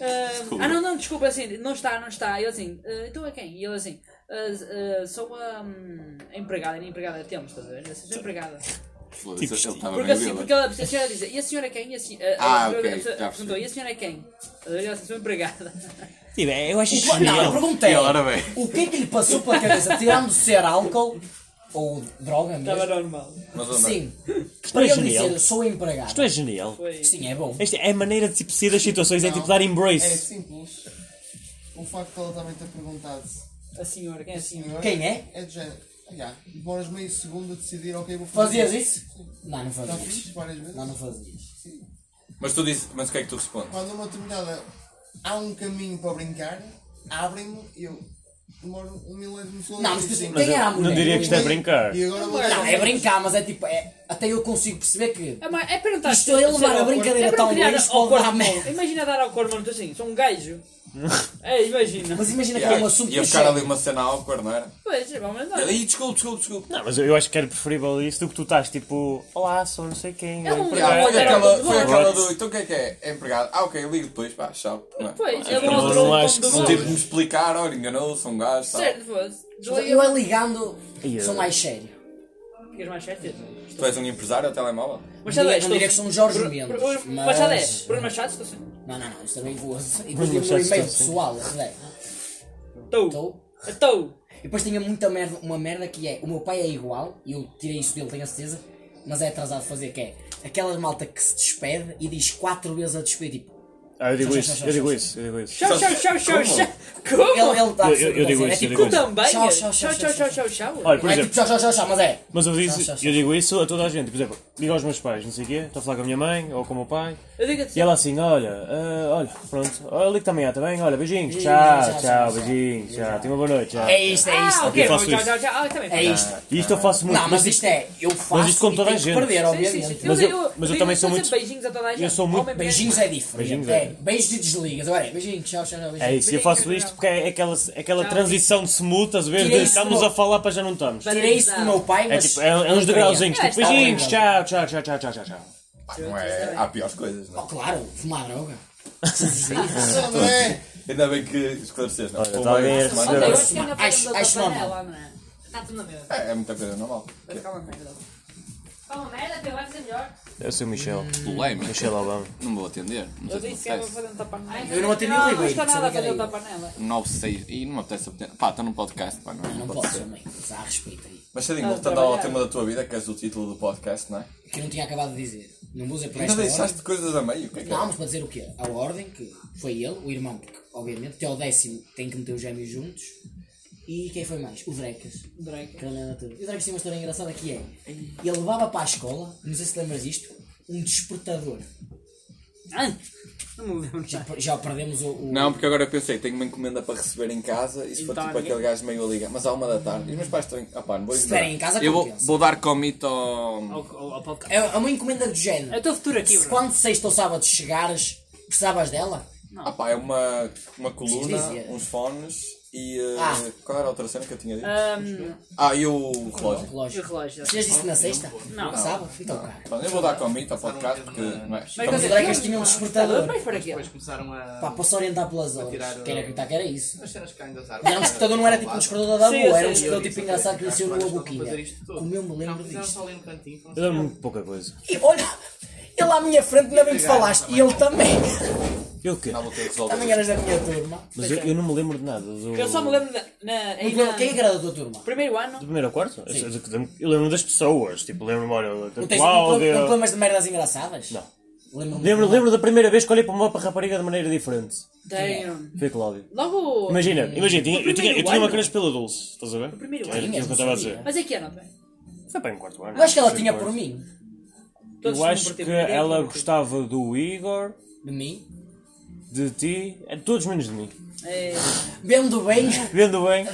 S2: Ah, ah, não, não, desculpa, assim, não está, não está. Ele assim, "Ah, então é quem? E ele assim, "Ah, ah, sou a, hum, a empregada, nem empregada temos, estás a ver? Eu sou empregada.
S3: Foda-se,
S7: Tipo,
S3: ele estava
S2: Porque
S3: na
S2: assim,
S3: vila.
S2: porque ela, a senhora diz, e a senhora é quem? E a senhora,
S3: Ah,
S2: a
S3: ok,
S2: pessoa
S3: já percebi.
S2: perguntou, e a senhora é quem? Ele assim, sou empregada.
S7: Sim, bem, Eu acho isto
S5: Não, a
S7: genial.
S5: pergunta é:
S3: E ora bem.
S5: o que é que lhe passou pela cabeça? Tirando de ser álcool ou droga
S2: Estava
S5: mesmo?
S2: normal.
S3: Mas, André,
S5: Sim.
S7: Isto
S5: Para
S7: é
S5: ele
S7: genial.
S5: dizer, sou empregado.
S7: Isto é genial.
S2: Foi.
S5: Sim, é bom.
S7: Isto é a maneira de tipo, sair das situações, é tipo dar
S6: É
S7: embrace.
S6: simples. O facto de ela também ter perguntado se
S2: A senhora, quem é a senhora?
S6: senhor
S5: Quem é?
S6: É de género. Olha, demoras meio segundo a decidir, ok, vou fazer.
S5: Fazias isso? Não, não
S6: Já
S5: fazias.
S6: fiz várias vezes.
S5: Não, não fazias.
S3: mas tu dizes, mas o que é que tu respondes?
S6: Quando uma determinada há um caminho para brincar, abrem-me e eu demoro um milésimo de segundo.
S5: Não,
S6: a
S5: mas
S6: decidir.
S5: quem é a
S7: Não diria
S5: mulher?
S7: que isto é brincar.
S6: E agora vou
S5: Não, é brincar, mas é tipo, é, até eu consigo perceber que.
S2: É, mas é perguntar
S5: Isto é levar a
S2: ao
S5: brincadeira
S2: corno.
S5: tão
S2: perguntar
S5: longe
S2: ao
S5: que pode dar
S2: corno.
S5: merda.
S2: Imagina dar ao corno, mano, assim, sou um gajo. é, imagina.
S5: Mas imagina que é um
S3: Ia,
S5: assunto
S3: ia
S5: que
S3: ficar
S5: chega.
S3: ali uma cena awkward, não era?
S2: Pois, é vamos andar.
S3: Ele, "Ih, desculpe, desculpe, desculpe.
S7: Não, mas eu- eu acho que era preferível isso do que tu estás tipo, olá, sou não sei quem.
S2: É
S7: ou
S2: um-
S3: Ya,
S7: empregado."
S2: Não,
S3: ah, foi
S2: era
S3: aquela,
S2: outro
S3: foi
S2: lado.
S3: aquela do. Então o que é que é? É empregado. Ah, ok, ligo depois, pá, tchau. Não é?
S2: Pois,
S3: Ah,
S2: ele
S3: então,
S2: não
S7: não acho que
S3: Não
S7: não.
S2: alterou
S3: tive
S2: o
S3: de me explicar, olha, enganou-se um gajo, sabe?
S2: Certo, fosse.
S5: Eu
S2: Desliga.
S5: é um- ligando,
S7: Ai,
S5: sou
S7: eu-
S5: mais sério.
S2: Ficas mais então. certo.
S3: Tu és um empresário ao telemóvel?
S2: Machado é.
S5: Não diria que são Jorge Mendes, mas-
S2: Machado é. Bruno Machado, estou assim.
S5: Não, não, não, isso também vou. E depois
S7: Mas
S5: tinha o meu
S7: já
S5: um e-mail
S7: estou, sim.
S5: pessoal, André.
S2: Estou.
S5: Estou.
S2: Estou.
S5: E depois tinha muita merda, uma merda que é, o meu pai é igual, e eu tirei isso dele, tenho a certeza, mas é atrasado fazer, que é aquela malta que se despede e diz quatro vezes a despedir, tipo,
S7: Ah, eu digo isso, eu digo isso, eu digo isso.
S2: Tchau, tchau, tchau, tchau, tchau. Como?
S5: ele, ele dá a
S7: Eu- eu-
S5: perceber
S7: eu
S5: o que eu quero
S7: digo
S5: dizer,
S7: isso, eu
S5: é
S7: digo
S5: tipo,
S2: Tu também.
S5: Tchau,
S2: Tchau,
S5: tchau, tchau,
S2: tchau, tchau, tchau, tchau.
S7: Olha, por
S5: não é
S7: exemplo,
S5: tipo, tchau, tchau, tchau, tchau, mas é.
S7: Mas eu,
S5: Tchau,
S7: disse,
S5: tchau, tchau.
S7: eu digo isso a toda a gente. Por exemplo, digo aos meus pais, não sei o quê, estou a falar com a minha mãe ou com o meu pai.
S2: Eu digo
S7: E
S2: assim.
S7: ela assim, olha, ah, olha, pronto, olha ali que também há, está bem? Olha, beijinhos,
S5: Beijinhos,
S7: tchau,
S5: tchau,
S7: tchau,
S5: tchau.
S7: beijinhos, tchau, tenha uma boa noite, tchau.
S5: É isto, é
S2: Ah,
S5: isto,
S2: ok,
S7: Eu
S2: bom,
S7: faço
S2: tchau,
S7: isso.
S2: tchau, tchau. Ah, eu também
S5: é
S2: faço.
S5: isto.
S7: E isto eu faço muito,
S5: Não, mas isto é, eu faço
S7: Mas isto com
S5: e
S7: toda a
S5: tenho que
S7: gente.
S5: perder,
S2: Sim, sim,
S5: obviamente.
S2: sim.
S7: Mas eu- mas eu
S2: digo
S7: também sou
S2: sempre
S7: muito-
S2: Beijinhos a toda a gente.
S7: sou muito-
S2: Homem,
S5: Beijinhos é diferente.
S7: Beijinhos
S5: Beijinhos,
S7: é.
S5: é. beijos e desligas. Agora é beijinhos, tchau, tchau, tchau. Beijinhos.
S7: É isso, eu faço isto porque é aquela, aquela transição de smooth, às vezes,
S5: Tirei
S7: de
S5: isso
S7: estamos
S5: do-
S7: a falar para já não estamos.
S5: Tirei isso do meu pai,
S7: É
S5: mas.
S7: tipo, é, é uns degrauzinhos, tipo,
S2: É, está
S7: beijinhos,
S5: bem.
S7: tchau, tchau, tchau, tchau, tchau, tchau, tchau.
S3: Pá, não é. Há piores coisas, não
S5: Oh,
S3: é?
S5: claro, fumar droga.
S6: é.
S3: é? Ainda bem que esclareceste, não é?
S7: Olha,
S3: Pô,
S7: talvez
S3: bem,
S7: esse-
S3: mas-
S2: Olha, eu acho que
S5: Sim,
S2: ainda
S5: acho-
S2: falamos da
S5: acho normal.
S2: panela, não é? Está tudo na mesa.
S3: É, é muita coisa normal.
S2: Vai ficar uma merda. Calma, merda, que vai ser melhor.
S7: Eu sou o Michel,
S3: Problema.
S7: Michel Obama.
S3: Não vou atender. Não
S2: Eu disse que era para fazer um tapanela.
S5: Eu não atendi o
S2: Não
S5: Ribeiro,
S2: custa nada
S5: sabe que
S2: fazer
S5: era
S2: um
S5: eu.
S2: tapanela.
S3: 9-6. E não me apetece atender. Pá, está num podcast, pá, não, é?
S5: Não
S3: pode
S5: posso
S3: ser.
S5: também, mas há respeito aí.
S3: Mas
S2: Ah,
S3: Sadinho, voltando ao tema da tua vida, que és o título do podcast, não é?
S5: Que eu não tinha acabado de dizer. Não vou dizer por
S3: Ainda
S5: esta
S3: deixaste
S5: ordem.
S3: coisas a meio. O que é que
S5: é né? Não,
S3: é?
S5: mas para dizer o quê? A ordem, que foi ele, o irmão, porque obviamente até o décimo tem que meter os gêmeos juntos. E quem foi mais? O Drecas.
S2: Drake.
S5: Aquela merda toda. E o Drake tem uma história engraçada que é: ele levava para a escola, não sei se te lembras disto, um despertador.
S2: Ah, Não me lembro.
S5: Já, já perdemos o. o-
S3: Não, porque agora eu pensei, tenho uma encomenda para receber em casa e se for
S2: Então,
S3: tipo
S2: ninguém-
S3: aquele gajo meio a ligar, mas à uma da tarde. E os meus pais estão. em- Ah, pá, não vou
S5: Se
S3: ignorar.
S5: estiverem em casa,
S3: Eu vou,
S5: compensa.
S3: vou dar comito ao.
S2: Ao- ao- ao podcast.
S5: É é uma encomenda do género.
S2: É o teu futuro aqui, bro.
S5: Se quando sexta ou sábado chegares, precisavas dela?
S3: Ah, pá, é uma, uma coluna,
S5: Dizia.
S3: uns fones e. eh,
S5: Ah.
S3: Qual era a outra cena que eu tinha dito?
S2: Ahm,
S3: Ah, e o relógio.
S2: E o
S5: Relógio.
S2: relógio.
S5: Precisas disso na sexta?
S2: Não.
S5: No Sábado? Então, cara.
S3: Pronto, eu vou dar comito ao podcast porque. Não é?
S2: Mas
S5: Os
S2: quer
S3: Estamos-
S2: dizer,
S5: Drecas tinham um despertador.
S2: Mas para quê?
S9: Depois começaram a.
S5: Pá, posso orientar pelas horas.
S9: tirar o-
S5: Quero
S3: uh,
S5: acreditar que era isso.
S9: As cenas que ainda usaram.
S5: E Era um despertador, não era tipo um despertador da
S2: Sim,
S5: boa, era
S2: sim,
S5: um despertador
S9: sim.
S5: tipo engraçado que nasceu numa
S9: Agora estão a
S5: boquinha.
S9: fazer isto tudo.
S5: Como eu me
S9: Não,
S5: lembro
S9: fizeram
S5: disto.
S9: só ali um cantinho.
S7: Eu lembro-me de pouca coisa.
S5: E olha, ele à minha frente ainda bem que falaste. E ele também.
S7: Eu o quê?
S3: Não vou ter que resolver
S5: Também eras da minha turma.
S7: Mas eu, eu não me lembro de nada. Do...
S2: Eu só me lembro da- na- em- na-
S5: Quem é que era da tua turma?
S2: primeiro
S7: Do
S2: ano.
S7: primeiro ao quarto? Eu, eu lembro-me das pessoas, tipo, lembro-me, olha, da
S5: Não tens um não te- não te
S7: Cláudia.
S5: lembras de merdas engraçadas?
S7: Não.
S5: Lembro-me.
S7: Lembro, lembro da primeira vez que olhei para uma para rapariga de maneira diferente.
S2: Tenho.
S7: Foi a Cláudia.
S2: um- Logo.
S7: Imagina, imagina, tinha- eu, tinha, eu
S2: primeiro
S7: tinha uma
S2: ano.
S7: crença pela Dulce, estás a ver?
S2: primeiro
S7: Era
S2: ano.
S7: aquilo que eu estava a dizer.
S2: Mas é que ano, bem?
S7: Foi bem um quarto ano.
S5: Eu acho que ela
S7: Foi um
S5: tinha
S7: quarto.
S5: por mim.
S2: Todos é
S7: Eu
S2: tinham
S7: acho
S2: por
S7: que
S2: ti, ninguém
S7: ela
S2: tinha por ti.
S7: gostava do Igor,
S5: De mim.
S7: de ti, é, todos menos de mim.
S2: É,
S5: Vendo bem.
S7: Vendo bem,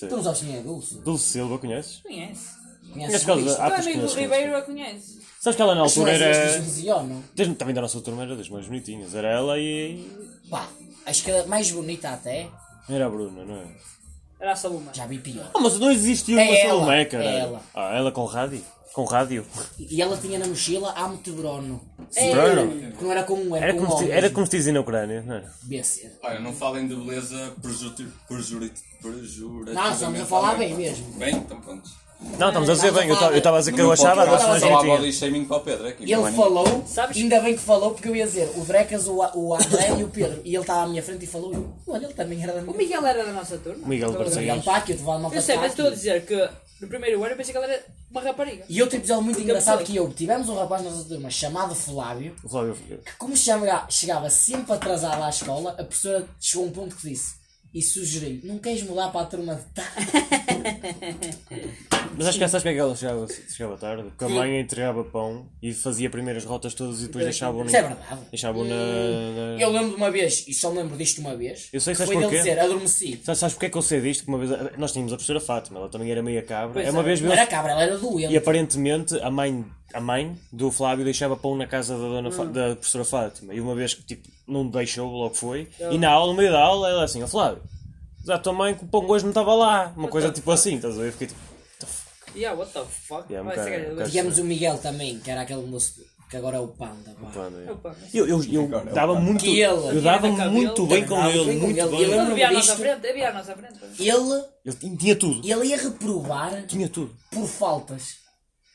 S5: Tu não sabes quem é a Dulce?
S7: Dulce Silva, conheces?
S2: conhece.
S5: Conheces
S7: Conheces por causa
S5: isto?
S7: da. Ah,
S2: Tu é
S7: pois
S2: amigo do
S7: conheces,
S2: Ribeiro, a conhece.
S7: Sabes que ela na
S5: Acho que não é
S7: altura
S5: és deste
S7: era.
S5: Desilusão, não?
S7: desde- Também da nossa turma era das mais bonitinhas. Era ela e.
S5: Pá, acho que ela é mais bonita até.
S7: Era a Bruna, não é?
S2: Era a Saluma.
S5: Já vi pior.
S7: Ah, mas não existiu
S5: É
S7: uma
S5: ela,
S7: Salomé,
S5: é
S7: cara.
S5: ela.
S7: Ah, ela com rádio? Com rádio?
S5: E ela tinha na mochila Amtebrono.
S7: Bruno.
S5: Que não era com um, era,
S7: Era
S5: É com
S7: como,
S5: um
S7: se,
S5: homem.
S7: era como se dizia na Ucrânia, não é? era?
S5: BC.
S3: Olha, não falem de beleza prejuti- perjuri- perjurativamente.
S5: Não, estamos a falar bem mesmo.
S3: Bem, então pronto.
S7: Não, estamos a dizer
S5: Estás a
S7: bem, eu
S5: falar
S7: ta- eu estava a dizer
S3: Não
S7: é que eu
S3: me
S7: achava a
S3: pode
S7: nossa
S3: falar
S7: mais
S5: Estás
S3: só a
S7: gentinha.
S3: body shaming para o Pedro é aqui.
S5: Ele
S3: para mim.
S5: falou,
S2: Sabes-
S5: ainda bem que falou, porque eu ia dizer o Drecas, o, A- o André e o Pedro. E ele estava à minha frente e falou: eu, Olha, ele também era da
S2: O
S5: minha.
S2: Miguel era da nossa turma.
S7: Miguel
S2: Todos.
S7: Barcelos.
S5: Miguel Páquio, tu mal
S2: Eu sei, mas estou a dizer que no primeiro ano eu pensei que ela era uma rapariga.
S5: E outro episódio muito
S2: Eu
S5: engraçado
S2: sei.
S5: que eu tivemos um rapaz na nossa turma chamado Flávio,
S7: O Flávio.
S5: que como chegava, chegava sempre atrasado à escola, a professora chegou a um ponto que disse e sugeriu não queres mudar para a turma de tarde?
S7: Mas acho que sabes porque é que ela chegava, chegava tarde? Porque a mãe entregava pão e fazia primeiras rotas todas e depois deixavam
S5: Isso é verdade.
S7: deixavam na. na...
S5: Eu lembro de uma vez, e só me lembro disto uma vez,
S7: Eu sei,
S5: que
S7: sabes
S5: foi dele
S7: porquê?
S5: dizer adormeci.
S7: Sabes, sabes porque é que eu sei disto? Que uma vez nós tínhamos a professora Fátima, ela também era meia cabra.
S2: Pois
S7: é uma
S2: é.
S7: vez
S5: Não
S7: viu
S5: era cabra, ela era
S7: E
S5: doente.
S7: aparentemente a mãe, a mãe do Flávio deixava pão na casa da, dona Fá-
S5: Hum.
S7: da professora Fátima. E uma vez que tipo, não deixou, logo foi. E na aula, no meio da aula, ela assim: Ó Flávio, já a tua mãe que o pão hoje não estava lá. Uma coisa tipo assim, estás a ver? Eu Fiquei tipo.
S2: Yeah, what the fuck?
S7: Yeah, um
S2: Vai, essa
S7: bocado-
S2: gaja-
S7: um bocado-
S5: Tivemos o Miguel também, que era aquele moço que agora é o panda. pá.
S7: "Panda, é."
S2: Opa, mas-
S7: Eu, eu, eu
S3: Agora,
S7: dava muito,
S5: Que ele-
S7: eu dava
S2: Ele era
S7: muito
S2: cabelo.
S7: bem com
S5: Não,
S7: ele,
S5: bem com
S7: muito
S5: ele.
S7: bem.
S5: Ele era-
S2: Ele
S7: Ele,
S2: havia à nossa
S5: Isto-
S2: frente, havia à nossa frente.
S5: Ele,
S7: tinha tudo,
S5: ele ia reprovar
S7: tinha tudo.
S5: por faltas.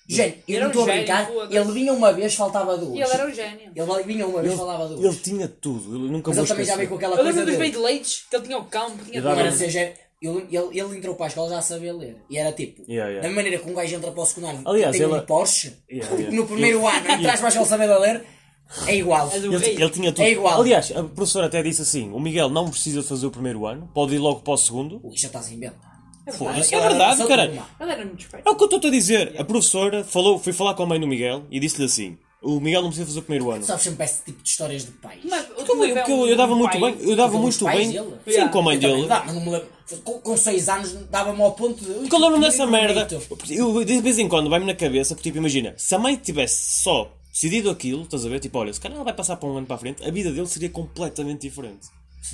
S5: Gente, eu
S2: Era
S5: não
S2: um
S5: estou a
S2: gênio,
S5: brincar,
S2: foda-se.
S5: ele vinha uma vez, faltava duas.
S2: E ele era um gênio.
S5: Ele vinha uma vez,
S7: Ele,
S5: faltava duas.
S7: ele tinha tudo, eu nunca
S5: Mas
S7: vou
S5: ele também já veio
S7: esquecer.
S5: com aquela
S2: Eu
S5: coisa
S2: lembro dos
S5: dele.
S2: leites que ele tinha o campo, tinha
S7: Eu
S5: Não
S7: dava-
S5: era ser gênio. Ele, ele, ele entrou para a escola já sabia ler. E era tipo,
S7: Yeah, yeah.
S5: da maneira que um gajo entra para o secundário
S7: Aliás,
S5: tem
S7: ele-
S5: um Porsche,
S7: Yeah, yeah.
S5: no primeiro ano, atrás para a escola saber ler, é igual.
S2: Mas o
S7: Ele,
S2: rei.
S7: ele tinha tudo.
S5: É igual.
S7: Aliás, a professora até disse assim: o Miguel não precisa de fazer o primeiro ano, pode ir logo para o segundo.
S5: Ui, já estás em benta.
S7: Foda-se, é verdade, caralho.
S2: Ele era muito esperto.
S7: É o que eu estou a dizer. A professora falou, foi falar com a mãe do Miguel e disse-lhe assim: o Miguel não precisa fazer o primeiro ano.
S5: Sabes sempre esse tipo de histórias de pais.
S2: Mas o
S7: Porque eu,
S2: Filipe é
S7: porque eu-
S2: um-
S7: eu dava
S2: um
S7: muito
S2: pai-
S7: bem, eu dava
S5: Com os
S7: muito
S5: pais
S7: bem.
S5: dele?
S7: Sim, com a mãe
S5: Eu também
S7: dele.
S5: dá, mas não me lembro. Com- Com 6 anos dava-me ao ponto de.
S7: Porque eu lembro-me é dessa
S5: Bonito.
S7: merda. Eu, de vez em quando vai-me na cabeça, porque tipo, imagina, se a mãe tivesse só decidido aquilo, estás a ver? Tipo, olha, se calhar ela vai passar para um ano para a frente, a vida dele seria completamente diferente.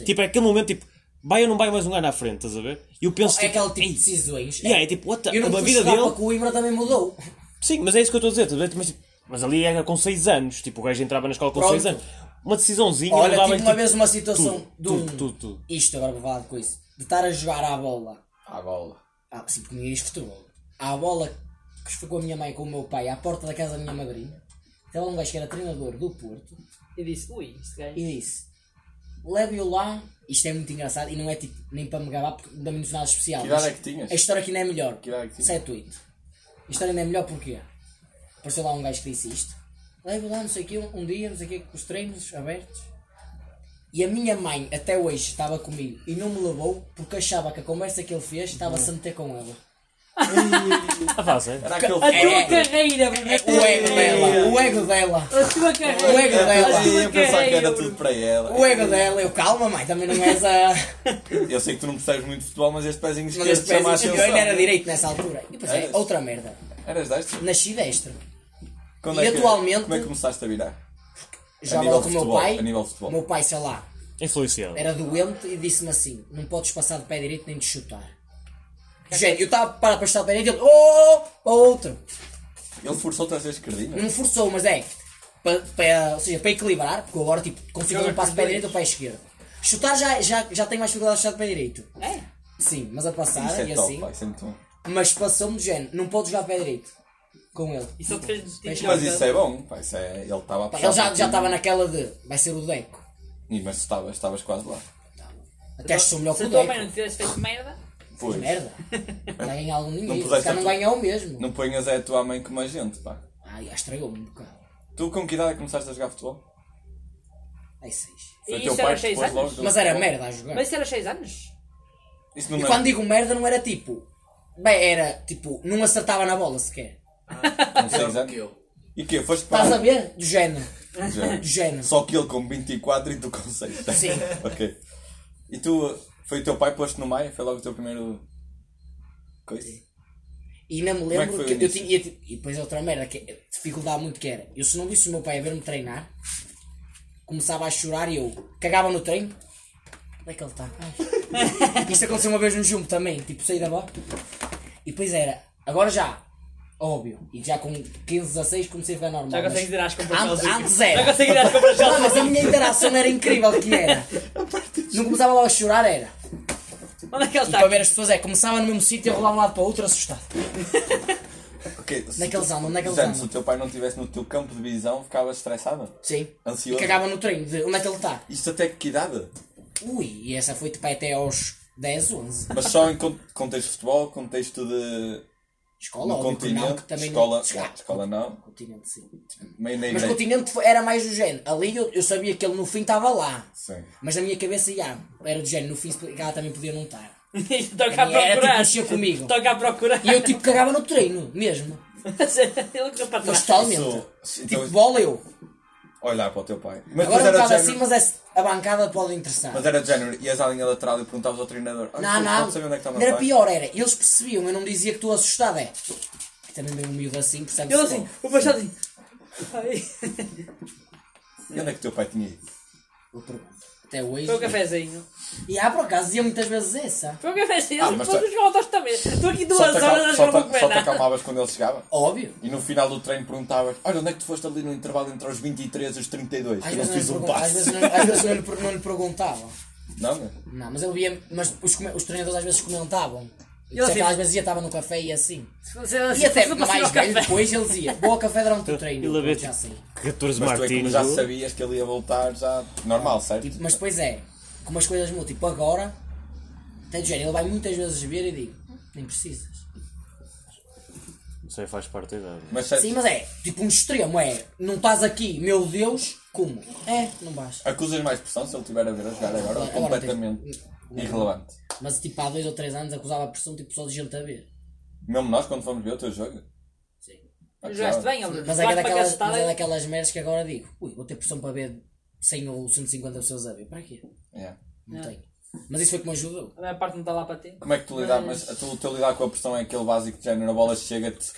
S7: Tipo, é aquele momento, tipo, vai ou não vai mais um ano à frente, estás a ver? E eu penso,
S5: É
S7: tipo,
S5: aquele tipo de decisões.
S7: yeah, é tipo, what the-
S5: Eu não
S7: a
S5: fui
S7: vida
S5: estudar
S7: dele.
S5: para Coimbra também mudou.
S7: Sim, mas é isso que eu estou a dizer, estás a ver? Mas, tipo, mas ali era com 6 anos, tipo, o gajo entrava na escola com
S5: Pronto.
S7: 6 anos. Uma decisãozinha,
S5: Olha,
S7: mudava-lhe,
S5: tive uma
S7: tipo,
S5: vez uma situação
S7: tudo,
S5: de um.
S7: tudo, tudo, tudo.
S5: Isto agora vou falar de coisa. De estar a jogar à bola.
S3: À bola.
S5: Ah, sim, porque ninguém diz futebol. À bola que fui com a minha mãe e com o meu pai à porta da casa da minha madrinha. Estava um gajo que era treinador do Porto
S2: E disse, ui, este gajo.
S5: e disse: Leve-o lá. Isto é muito engraçado e não é tipo nem para me gabar porque não damos nada especial.
S3: Que idade
S5: mas
S3: é que tinhas?
S5: A história aqui não é melhor.
S3: Que idade é que tinhas?
S5: 7, 8. A história não é melhor porque apareceu lá um gajo que disse isto. Levo lá, não sei o quê, um dia, não sei o quê, com os treinos abertos. E a minha mãe, até hoje, estava comigo e não me levou porque achava que a conversa que ele fez estava-se a meter com ela.
S7: Ah, pá, sério.
S3: Era aquele
S2: A tua
S5: é.
S2: carreira,
S5: O ego dela, o ego dela,
S2: A tua
S5: o ego
S2: carreira.
S5: dela,
S3: Eu ia pensar que era
S2: Caralho.
S3: tudo para ela.
S5: o ego dela. Eu, calma, mãe, também não és a.
S3: Eu sei que tu não percebes muito de futebol, mas este pezinho
S5: Mas
S3: esquerdo
S5: este pé
S3: chama a
S5: eu
S3: atenção.
S5: ainda era direito nessa altura. E depois é,
S3: Eras?
S5: outra merda.
S3: Eras deste?
S5: Nasci destro.
S3: Quando
S5: E
S3: que-
S5: atualmente-
S3: Como é que começaste a virar?
S5: Jogava
S3: nível
S5: com o
S3: de
S5: meu
S3: futebol,
S5: pai.
S3: a nível de futebol.
S5: O meu pai, sei lá,
S7: É Influenciado.
S5: era doente e disse-me assim: não podes passar de pé direito nem de chutar. Gente, eu estava para passar de pé direito e ele, oh, para outro.
S3: Ele forçou-te a ser esquerdinho?
S5: Não forçou, mas é, para, para, ou seja, para equilibrar, porque eu agora tipo, consigo dar um passo de pé direito ou pé esquerdo. Chutar já, já, já tenho mais dificuldade de chutar de pé direito.
S2: É?
S5: Sim, mas a passar
S3: Isso
S5: e
S3: é
S5: assim.
S3: top, pai, sempre bom.
S5: Mas passou-me de género, não podes jogar de pé direito com ele.
S2: Isso ele fez de ti.
S3: Mas isso é bom, pai, isso é... ele estava a
S5: Pá,
S3: puxar.
S5: Ele já
S3: por
S5: já tá-
S3: ti.
S5: estava naquela de, vai ser o Deco.
S3: E, mas estavas, estavas quase lá.
S5: Até acho que sou melhor que
S2: Se
S5: o
S2: a tua mãe não
S5: Deco.
S2: te tivesse feito merda,
S3: Pois.
S5: Merda. Vai ganhar algum dinheiro.
S3: puseste
S5: Se calhar
S3: a
S5: não
S3: tua-
S5: ganhar o mesmo.
S3: Não ponhas é a tua mãe como a gente, pá.
S5: Ai, já estragou-me um bocado.
S3: Tu com que idade é que começaste a jogar futebol?
S5: Ai, seis.
S2: E
S3: Foi
S2: isso era aos seis
S3: depois
S2: anos?
S3: logo deu
S5: É Mas era
S3: futebol?
S5: merda a jogar.
S2: mas isso era aos 6 anos.
S3: Isso não
S5: E
S3: é.
S5: quando digo merda não era tipo Bem, era tipo, não acertava na bola sequer.
S3: Com 6
S9: Pior
S3: anos.
S9: que eu.
S3: E quê? Foste para.
S5: Estás a ver? Do género.
S3: Já.
S5: Do género.
S3: Só que ele com 24 e tu com 6.
S5: Sim.
S3: ok. E tu, foi o teu pai posto no Maia? Foi logo o teu primeiro. Coisa?
S5: E ainda me
S3: é que
S5: lembro
S3: foi o
S5: que, eu
S3: início?
S5: tinha. eu tinha- E depois outra merda, que é, a dificuldade muito que era. Eu se não visse o meu pai a ver-me treinar, começava a chorar e eu cagava no treino. Onde é que ele está? Ai. Isto aconteceu uma vez no jumbo também, tipo saí da bola. E depois era, agora já, óbvio. E já com 15, 16 comecei a ficar normal.
S2: Já
S5: mas
S2: consegues ir às compras
S5: antes,
S2: sozinho.
S5: antes era.
S2: Já consegues ir às compras
S5: Não, mas
S2: sozinho.
S5: a minha interação era incrível que era. Não começava logo a chorar, era.
S2: Onde é que ele
S5: E
S2: está?
S5: para ver as pessoas é, começava no mesmo sítio e eu rolava de um lado para o outro assustado.
S3: Ok. se
S5: Naqueles
S3: tu-
S5: anos, naqueles
S3: Portanto,
S5: anos.
S3: Se o teu pai não estivesse no teu campo de visão, ficavas estressado?
S5: Sim.
S3: Ansioso.
S5: E cagava no treino de onde é que ele está.
S3: Isto até que idade?
S5: Ui, e essa foi tipo até aos 10, 11.
S3: Mas só em con- contexto de futebol, contexto de.
S5: Escola,
S3: no
S5: óbvio, que não, que
S3: continente,
S5: também
S3: escola,
S5: não.
S3: não, escola não,
S5: Continente, sim.
S3: meio na
S5: Mas
S3: igreja.
S5: continente foi- era mais do género. Ali eu, eu sabia que ele no fim estava lá.
S3: Sim.
S5: Mas na minha cabeça, já, era do género. No fim, se ela também podia não estar.
S2: Estou cá a
S5: Era tipo,
S2: procurar.
S5: mexia comigo.
S2: Estou cá a procurar.
S5: E eu tipo cagava no treino, mesmo.
S2: Ele correu para
S5: Mas
S2: trás.
S5: totalmente.
S3: Isso-
S5: Tipo,
S3: então-
S5: bola eu.
S3: Olhar para o teu pai. Mas
S5: Agora um
S3: depois
S5: bocado
S3: era de
S5: assim,
S3: género.
S5: mas essa- a bancada pode interessar.
S3: Mas era de género, ias à linha lateral e perguntavas ao treinador: "Olha,
S5: Não,
S3: pô,
S5: não.
S3: pode saber onde é que está o meu
S5: era
S3: pai?"
S5: pior, era. Eles percebiam, eu não dizia que estou assustado, é. Também meio humilde assim, percebe-se.
S2: Ele assim,
S5: logo.
S2: o Paixão assim. Ai.
S3: E onde é que o teu pai tinha ido?
S5: Boa pergunta. Até hoje.
S2: Foi um cafezinho.
S5: E há, por acaso, dizia muitas vezes essa.
S2: Foi um cafezinho.
S3: Ah,
S2: Eles
S3: mas
S2: foram
S3: tá-
S2: os voltas também. Estou aqui
S3: Só
S2: duas
S3: te,
S2: horas,
S3: acal-
S2: eles não vão
S3: só, te, só
S2: comer né?
S3: te
S2: nada.
S3: acalmavas quando ele chegava?
S5: Óbvio.
S3: E no final do treino perguntavas: Olha, onde é que tu foste ali no intervalo entre os 23 e os 32?
S5: Às
S3: Eu não
S5: vezes,
S3: fiz
S5: não é
S3: um
S5: lhe pergun- às
S3: passo.
S5: vezes, não, às vezes não, lhe, per- não lhe perguntavam.
S3: Não, meu?
S5: Não, mas eu via. Mas os, come- os treinadores às vezes comentavam. E
S2: assim-
S5: às vezes ia, estava no café e assim. E
S2: E
S5: até mais velho depois ele dizia: Boa café durante o um treino. assim.
S7: Ele a ver,
S5: Pronto, já sei.
S7: 14
S3: Mas tu é que como
S7: martins.
S3: já
S7: o-
S3: sabias que ele ia voltar, já. Normal, certo?
S5: Tipo, mas depois é, como as coisas mudam, tipo agora, tem de género, ele vai muitas vezes ver e digo, "Hum, nem precisas.
S7: Isso aí faz parte da idade.
S3: Mas certo,
S5: Sim, mas é, tipo um extremo, é, não estás aqui, meu Deus, como? É, não vais.
S3: acusas mais pressão se ele estiver a ver a jogar agora, ou
S5: Agora
S3: completamente irrelevante.
S5: Mas tipo há dois ou três anos acusava a pressão tipo só de gente a ver.
S3: Mesmo nós, quando fomos ver o teu jogo.
S5: Sim.
S2: Jogaste bem, ele
S5: Mas é, que
S2: Jogaste para
S5: é daquelas, mas é
S2: cacetada.
S5: daquelas merdas que agora digo, ui, vou ter pressão para ver 100 ou 150 pessoas a ver, para quê?
S3: Yeah.
S5: Não
S2: É.
S5: tenho. Mas isso foi que me ajudou.
S2: A maior parte não está lá para ti.
S3: Como é que tu lidar? Mas a tu- o teu lidar com a pressão é aquele básico de género, a bola chega-te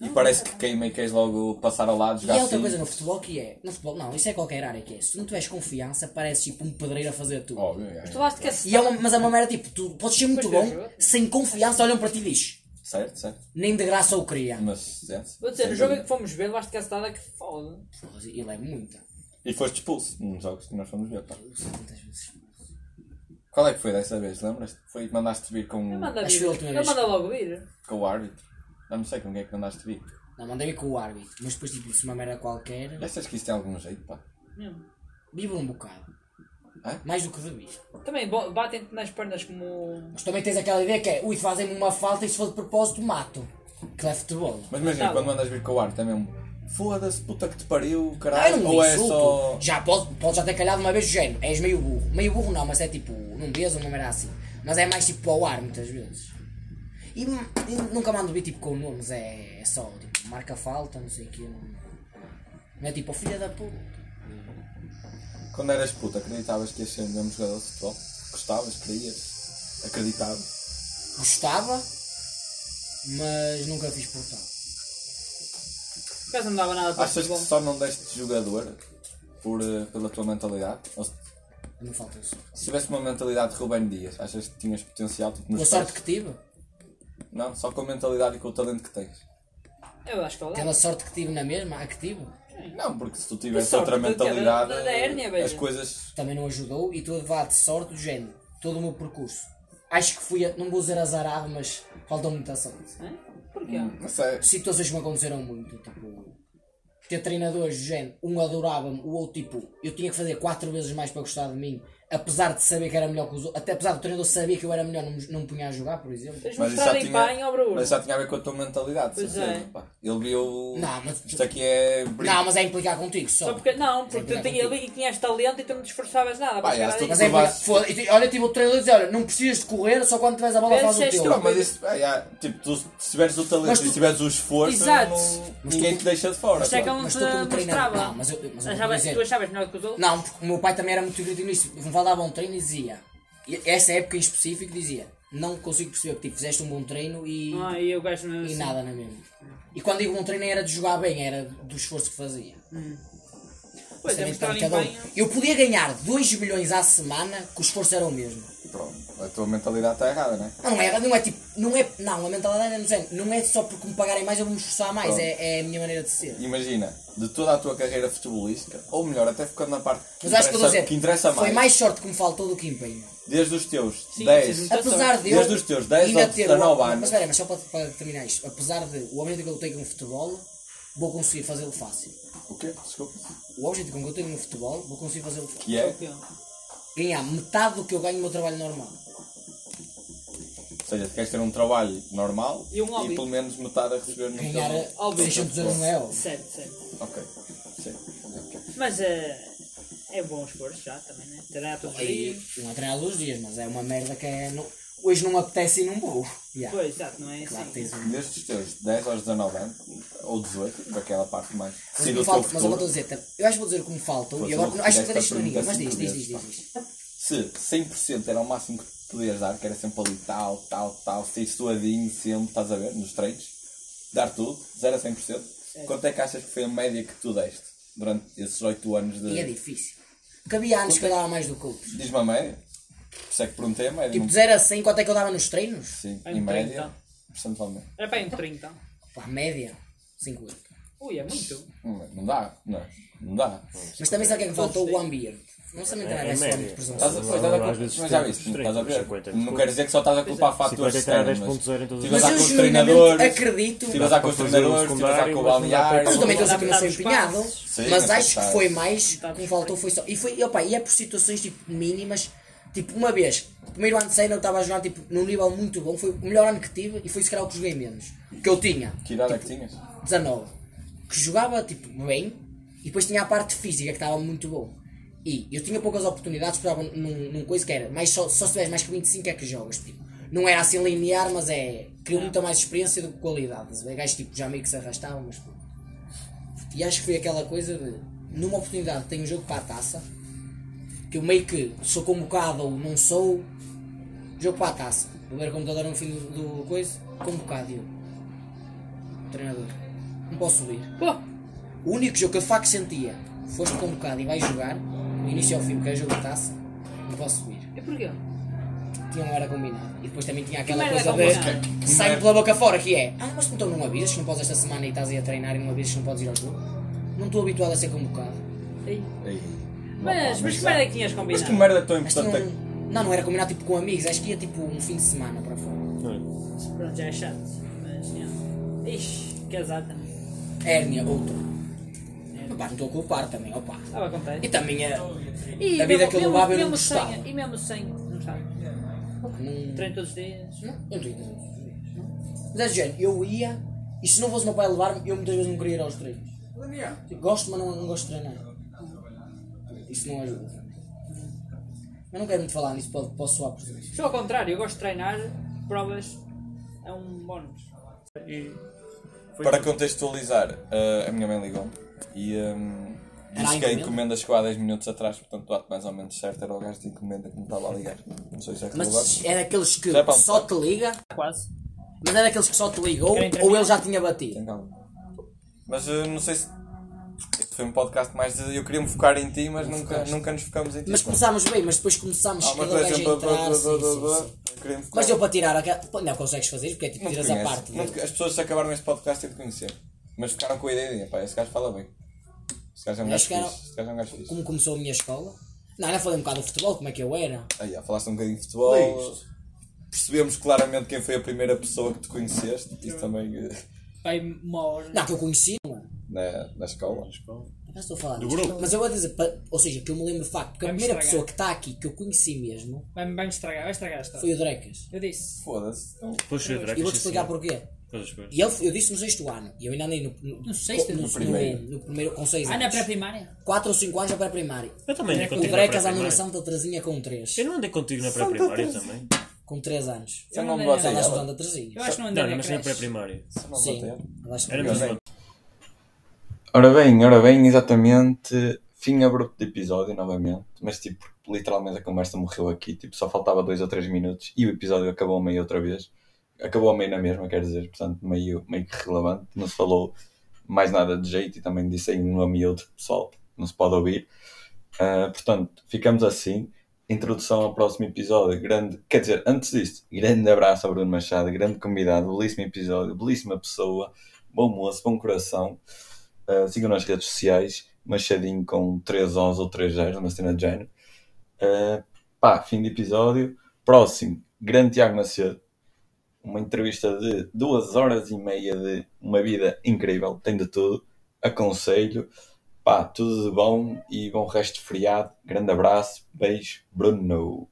S3: e parece que queima e queres logo passar ao lado,
S5: E
S3: jogar
S5: há outra
S3: assim.
S5: coisa no futebol que é, no futebol não, isso é qualquer área que é, se tu não tiveres confiança, pareces tipo um pedreiro a fazer tudo.
S3: Óbvio, é.
S2: Tu acho que é
S5: E é uma, mas é uma merda tipo, tu podes ser muito
S2: Pois
S5: bom,
S2: é, eu-
S5: sem confiança olham para ti e diz,
S3: Certo, certo.
S5: nem de graça o queria.
S3: Mas, é,
S2: Vou dizer,
S3: sem
S2: no jogo
S3: dúvida.
S2: que fomos ver, levaste cacetada é que foda.
S5: Ele é muito.
S3: E foste expulso nos jogos que nós fomos ver. pá.
S5: Tantas vezes.
S3: Qual é que foi dessa vez? Lembras-te? Foi que mandaste vir
S2: Ele
S3: com,
S2: manda
S5: Acho que
S2: vir.
S5: foi a última
S2: Ele
S5: vez.
S2: manda logo vir.
S3: com o árbitro. Eu não sei com quem é que mandaste vir.
S5: Não, mandei com o árbitro, mas depois tipo, se uma merda qualquer,
S3: Já achas que isto tem algum jeito, pá?
S2: Mesmo.
S5: vivo um bocado.
S3: Hã?
S5: Mais do que devia.
S2: Também bo- batem-te nas pernas como.
S5: Mas também tens aquela ideia que é, ui, fazem-me uma falta e se for de propósito, mato. Que é futebol.
S3: Mas imagina,
S2: Tá
S3: quando
S2: bom.
S3: mandas vir com o árbitro é mesmo. Foda-se, puta que te pariu,
S5: Ah, eu
S3: caralho.
S5: não
S3: Ou é
S5: insulto.
S3: só.
S5: Já pode, pode já ter calhado uma vez do género. És meio burro. Meio burro não, mas é tipo, não vês ou não era assim. Mas é mais tipo para o ar muitas vezes. E, e nunca mando vir tipo com nomes, é, é só tipo, marca falta, não sei o quê. Não, não é tipo, oh, filha da puta.
S3: Quando eras puto, acreditavas que ias ser o mesmo jogador de futebol? Gostavas, querias? Acreditavas?
S5: Gostava, mas nunca fiz portal.
S2: Quase não dava nada para
S3: Achas que
S2: futebol.
S3: só não deste jogador por, eh, pela tua mentalidade? Ou se,
S5: Não falta isso.
S3: se tivesse uma mentalidade de Rubén Dias, achas que tinhas potencial? Tipo,
S5: Com a
S3: nos
S5: sorte
S3: pés?
S5: que tive,
S3: Não, só com a mentalidade e com o talento que tens.
S2: Eu acho que ele dá.
S5: aquela sorte que tive na mesma, a que tive,
S3: Não, porque se tu tivesse
S2: sorte,
S3: outra
S2: tu tens
S3: mentalidade,
S2: da- da hérnia,
S3: eh,
S2: velho.
S3: as coisas.
S5: também não ajudou e estou a levar de sorte do género, todo o meu percurso. Acho que fui, a- não vou dizer azarado, mas faltou muita sorte.
S2: Hã? é? Porquê?
S5: Hum.
S3: Não sei.
S5: situações que me aconteceram muito, tipo, ter treinadores do género, um adorava-me, o outro tipo, eu tinha que fazer quatro vezes mais para gostar de mim, apesar de saber que era melhor que os outros, até apesar do treinador saber que eu era melhor, não, me- não me punha a jogar, por exemplo.
S2: Tens de
S3: Mas isso,
S2: mostrar
S3: já
S2: em pá em
S3: tinha,
S2: obra ouro.
S3: mas isso já tinha a ver com a tua mentalidade, de
S2: Pois
S3: certeza.
S2: é.
S3: pá. Ele viu.
S5: Não, mas-
S3: Isto aqui é. brinco.
S5: Não, mas é implicar contigo, só.
S2: Só porque, não, porque tu tinha, ele- e tinhas talento e tu não te esforçavas nada.
S3: Pá,
S2: para chegar
S3: já estou-
S2: aí.
S5: Mas é implicar.
S3: Mas-
S5: Foda, e tu- olha, tive o treinador a dizer: olha, não precisas de correr, só quando tiveres a bola faz o
S2: Pensaste
S3: Não,
S5: teu.
S2: tu.
S3: mas isso, ah, já, tipo, tu, se tiveres o talento
S5: Mas tu-
S3: e se tiveres o esforço,
S2: Exato.
S3: não- ninguém te deixa de fora.
S2: Mas é que
S3: pá.
S2: ele não
S5: Mas
S2: te
S5: tu como treinador.
S2: mostrava.
S5: Não, mas eu- mas eu vou
S2: Achava-
S5: dizer-
S2: tu achavas melhor que os outros?
S5: Não, porque o meu pai também era muito crítico nisso. Me falava um treino e dizia: e essa época em específico, dizia: não consigo perceber que tipo, fizeste um bom treino e.
S2: Ah, e eu gajo mesmo
S5: E
S2: assim.
S5: nada, não é mesmo? E quando digo bom treino nem era de jogar bem, era do esforço que fazia.
S2: Pois é,
S5: Também
S2: mostrar
S5: para
S2: em
S5: cada um.
S2: bem.
S5: Eu podia ganhar 2 milhões à semana que o esforço era o mesmo.
S3: Pronto, a tua mentalidade está errada, não é?
S5: Não, não é, não é tipo, não é, não, a mentalidade é, não, sei, não é só porque me pagarem mais eu vou me esforçar mais,
S3: Pronto.
S5: é, é a minha maneira de ser.
S3: Imagina, de toda a tua carreira futebolística, ou melhor, até ficando na parte que,
S5: Mas acho que eu vou
S3: interessa,
S5: dizer,
S3: que interessa
S5: foi
S3: mais,
S5: mais sorte que me faltou do que empenho.
S3: desde os teus
S2: Sim, vocês
S3: 10,
S2: não-
S5: Apesar de
S3: Então,
S5: eu
S3: Desde os teus 10
S5: ainda
S3: aos
S5: ter
S3: 19
S5: o-
S3: anos.
S5: Mas espera, mas só para, para terminar isto, apesar de o objetivo que eu tenho no futebol, vou conseguir fazê-lo fácil.
S3: o quê? Desculpa.
S5: O objetivo que eu tenho no futebol, vou conseguir fazê-lo fácil.
S3: Que é,
S5: Ganhar metade do que eu ganho no meu trabalho normal.
S3: ou seja, tu queres ter um trabalho normal
S2: E um hobby.
S3: pelo menos metade a receber no
S5: Ganhar
S3: teu-
S2: Óbvio.
S5: 600 euros não é óbvio.
S2: Certo, certo.
S3: Ok, sim.
S2: Mas eh, é bom esforço já também, né? Treinar todos os
S5: E
S2: dias.
S5: não é treinar todos os dias, mas é uma merda que é. Não, hoje não me apetece e não vou. Yeah.
S2: Pois, exato, não é
S5: Claro, que
S2: assim.
S5: tens um.
S3: Desde os teus 10 aos 19 anos, ou 18, daquela parte mais.
S5: Mas,
S3: Sim,
S5: eu
S3: do
S5: vou
S3: teu
S5: falar- mas eu vou
S3: futuro.
S5: dizer, tá, eu acho que vou dizer o que me falta.
S3: Pô,
S5: E
S3: se
S5: agora,
S3: não
S5: não, acho que
S3: fizeste
S5: vou deixar
S3: a
S5: no ninguém,
S3: pergunta
S5: mas
S3: assim,
S5: diz, diz,
S3: tu
S5: diz, diz.
S3: dizes,
S5: diz.
S3: Se 100% era o máximo que podias dar, que era sempre ali tal, tal, tal, ser suadinho sempre, estás a ver, nos treinos, dar tudo, 0 a 100%, quanto é que achas que foi a média que tu deste durante esses 8 anos
S5: E é
S3: de.
S5: difícil. Porque havia anos que eu dava mais do que outros.
S3: Diz-me a média, por isso é que perguntei a média,
S5: Tipo,
S3: não-
S5: de 0 a 100, quanto é que eu dava nos treinos?
S3: sim,
S2: É
S3: em
S2: um
S3: média,
S5: então.
S2: 30.
S3: percentualmente.
S2: Era para aí um 30.
S5: Pá, média, 50.
S2: Ui, é muito.
S3: Não não dá, não é? Não dá.
S5: Mas também sabe o que é que faltou? O ambiente. Não também
S7: É,
S5: também
S7: é
S5: vai ser
S7: média.
S5: muito presunção.
S3: Estás a, pois, estás a,
S7: Às
S3: culpar-
S7: vezes
S3: mas já
S7: tem
S3: viste,
S7: uns
S3: estás a ver?
S7: 50,
S3: Não quer dizer que só estás a culpar fatores
S7: 50,
S3: externos.
S7: 10.0 em
S3: mas
S7: todas as
S3: Estivas lá
S5: Mas
S3: com
S5: eu
S3: os
S5: genuinamente
S3: treinadores,
S5: acredito.
S3: estivas lá com os
S7: Dá para fazer o
S3: treinadores, estivas lá com o
S7: secundário, mas não dá para
S3: balneário.
S5: Eu também estou a dizer que não
S2: Adaptar
S5: sou
S2: os
S5: empenhado,
S2: passos.
S3: Sim,
S5: mas
S3: mas
S5: acho que
S3: adaptar.
S5: foi mais que me faltou foi só. E foi, opa, e é por situações tipo mínimas, tipo uma vez, o primeiro ano de cena eu estava a jogar tipo, num nível muito bom, foi o melhor ano que tive e foi se calhar o que joguei menos. Que eu tinha,
S3: Que idade é
S5: Tipo,
S3: que tinhas?
S5: 19, que jogava tipo bem e depois tinha a parte física que estava muito bom. E eu tinha poucas oportunidades, porque estava num, num coisa que era, mas só, só se tiveres mais que 25 é que jogas. Tipo, não era assim linear, mas é. Criou muita mais experiência do que qualidade. estás a ver? Gajos tipo já meio que se arrastavam, mas pô. E acho que foi aquela coisa de, numa oportunidade, tenho um jogo para a taça, que eu meio que sou convocado ou não sou, jogo para a taça. Vou ver o computador no fim do, do coisa, convocado e eu. Treinador, não posso subir.
S2: Pô,
S5: O único jogo que eu de facto sentia, foste convocado e vais jogar, do início ao fim, porque é jogo de taça, não posso subir.
S2: e porquê?
S5: Tinha não era combinado. E depois também tinha aquela
S2: Que merda
S5: coisa
S2: é
S5: de que sai pela boca fora, que é, ah, mas tu então não avisas que não podes esta semana e estás aí a treinar e não avisas que não podes ir ao jogo. Não estou habituado a ser convocado.
S2: Ei.
S3: Ei,
S2: Mas, mas que merda é que tinhas
S3: Mas
S2: combinado?
S3: que merda tão
S5: Mas tinha
S3: importante é que.
S5: um... Não, não era combinado tipo com amigos, acho que ia tipo um fim de semana para fora.
S2: Pronto, já é chato. Mas, não. Ixi, casado também.
S5: Hérnia, outra. Opa, não estou a culpar também, opa.
S2: Estava a contar.
S5: E também é.
S2: E
S5: A vida
S2: mesmo-
S5: que eu
S2: mesmo-
S5: levava eu não
S2: mesmo sem-
S5: gostava.
S2: E mesmo sem, não sabe? Treino todos os dias.
S5: Não, não estou Mas é do género, eu ia e se não fosse o meu pai levar-me, eu muitas vezes não queria ir aos treinos. Tipo, gosto, mas não, não gosto de treinar. Isso não ajuda. Mas não quero muito falar nisso, pode- posso soar por isso.
S2: Sou ao contrário, eu gosto de treinar, provas é um bónus.
S3: Para
S5: tipo
S3: contextualizar, eh, a minha mãe ligou-me e ehm, disse
S5: a
S3: que a
S5: encomenda?
S3: encomenda chegou há 10 minutos atrás, portanto, o ato mais ou menos certo era o gajo de encomenda que me estava a ligar. Não sei se é relevante.
S5: Mas é daqueles que
S3: Já é para
S5: só te liga,
S2: Quase.
S5: mas é daqueles que só te ligou
S2: Querem terminar?
S5: ou ele já tinha batido.
S3: Tem calma. Mas eh, não sei se. Este foi um podcast mais. de- Eu queria me focar em ti, mas nunca, nunca nos focamos em ti. Tipo,
S5: Mas começámos bem, mas depois começámos
S3: Ah, mas
S5: cada gajo a
S3: blá, blá, blá,
S5: entrar.
S3: blá,
S5: Sim,
S3: blá,
S5: sim,
S3: blá.
S5: sim.
S3: Eu queria me focar.
S5: Mas eu para tirar aquela. Pô, Não consegues fazer porque é tipo
S3: Não te
S5: tiras a
S3: conheces.
S5: parte
S3: Não
S5: dele.
S3: te- As pessoas acabaram este podcast e te conhecer. Mas ficaram com a ideia de, pá, esse gajo fala bem. Este gajo é um
S5: Mas
S3: gajo
S5: ficaram-
S3: fixe. Este gajo é um gajo fixe.
S5: Como começou a minha escola. Não, ainda falei um bocado do futebol, como é que eu era.
S3: Aí, ó, falaste um bocadinho de futebol. Percebemos claramente quem foi a primeira pessoa que te conheceste. Isso também. eh,
S2: Vai uma hora.
S5: Não, que eu conheci, não é?
S3: na, na escola.
S5: Por acaso estou a falar
S7: Do
S5: disto?
S7: grupo.
S5: Mas eu vou dizer, pa- ou seja, que eu me lembro de facto, porque a
S9: Vamos
S5: primeira pessoa
S9: estragar.
S5: que está aqui que eu conheci mesmo
S9: Vai-me vai-me estragar, vai estragar a história.
S5: foi o Drecas.
S9: Eu disse.
S3: Foda-se. então,
S7: Pois é,
S5: E vou-te explicar porquê. E ele, eu disse no sexto ano, e eu ainda andei no, no,
S9: No sexto?
S5: no,
S9: No
S3: primeiro.
S5: no- no primeiro, com seis
S9: Ah, na
S5: anos.
S9: pré-primária?
S5: 4 ou 5 anos na pré-primária.
S7: Eu também andei
S5: O
S7: contigo na
S5: Drecas à
S7: pré-primária.
S5: numeração um da Terezinha é com 3.
S7: Eu não andei contigo na pré-primária também.
S5: Com 3 anos.
S3: Eu não
S9: não
S3: me
S9: dei
S5: Já
S3: batei
S5: andaste
S3: ela.
S5: usando a Terezinha.
S9: Eu acho que não andei
S7: Não,
S9: na
S7: mas na
S9: creche.
S7: pré-primária.
S3: Eu não me
S5: Sim.
S3: batei ela.
S5: Andaste
S7: Era
S5: com
S7: mesmo.
S5: três.
S3: Ora bem, ora bem, exatamente. Fim abrupto de episódio novamente, mas tipo, literalmente a conversa morreu aqui, tipo, só faltava dois ou três minutos e o episódio acabou a meio outra vez. Acabou a meio na mesma, quer dizer, portanto, meio, meio que relevante. Não se falou mais nada de jeito e também disse aí um nome e outro pessoal, não se pode ouvir. Ah, portanto, ficamos assim. Introdução ao próximo episódio. Grande, quer dizer, antes disto, grande abraço a Bruno Machado, grande convidado, belíssimo episódio, belíssima pessoa, bom moço, bom coração. Uh, sigam nas redes sociais, Machadinho com 3 11 ou 3 0, uma cena de género. Uh, pá, fim de episódio. Próximo, grande Tiago Macedo. Uma entrevista de 2 horas e meia de uma vida incrível, tem de tudo. Aconselho. Pá, tudo de bom e bom resto de feriado. Grande abraço, beijo, Bruno.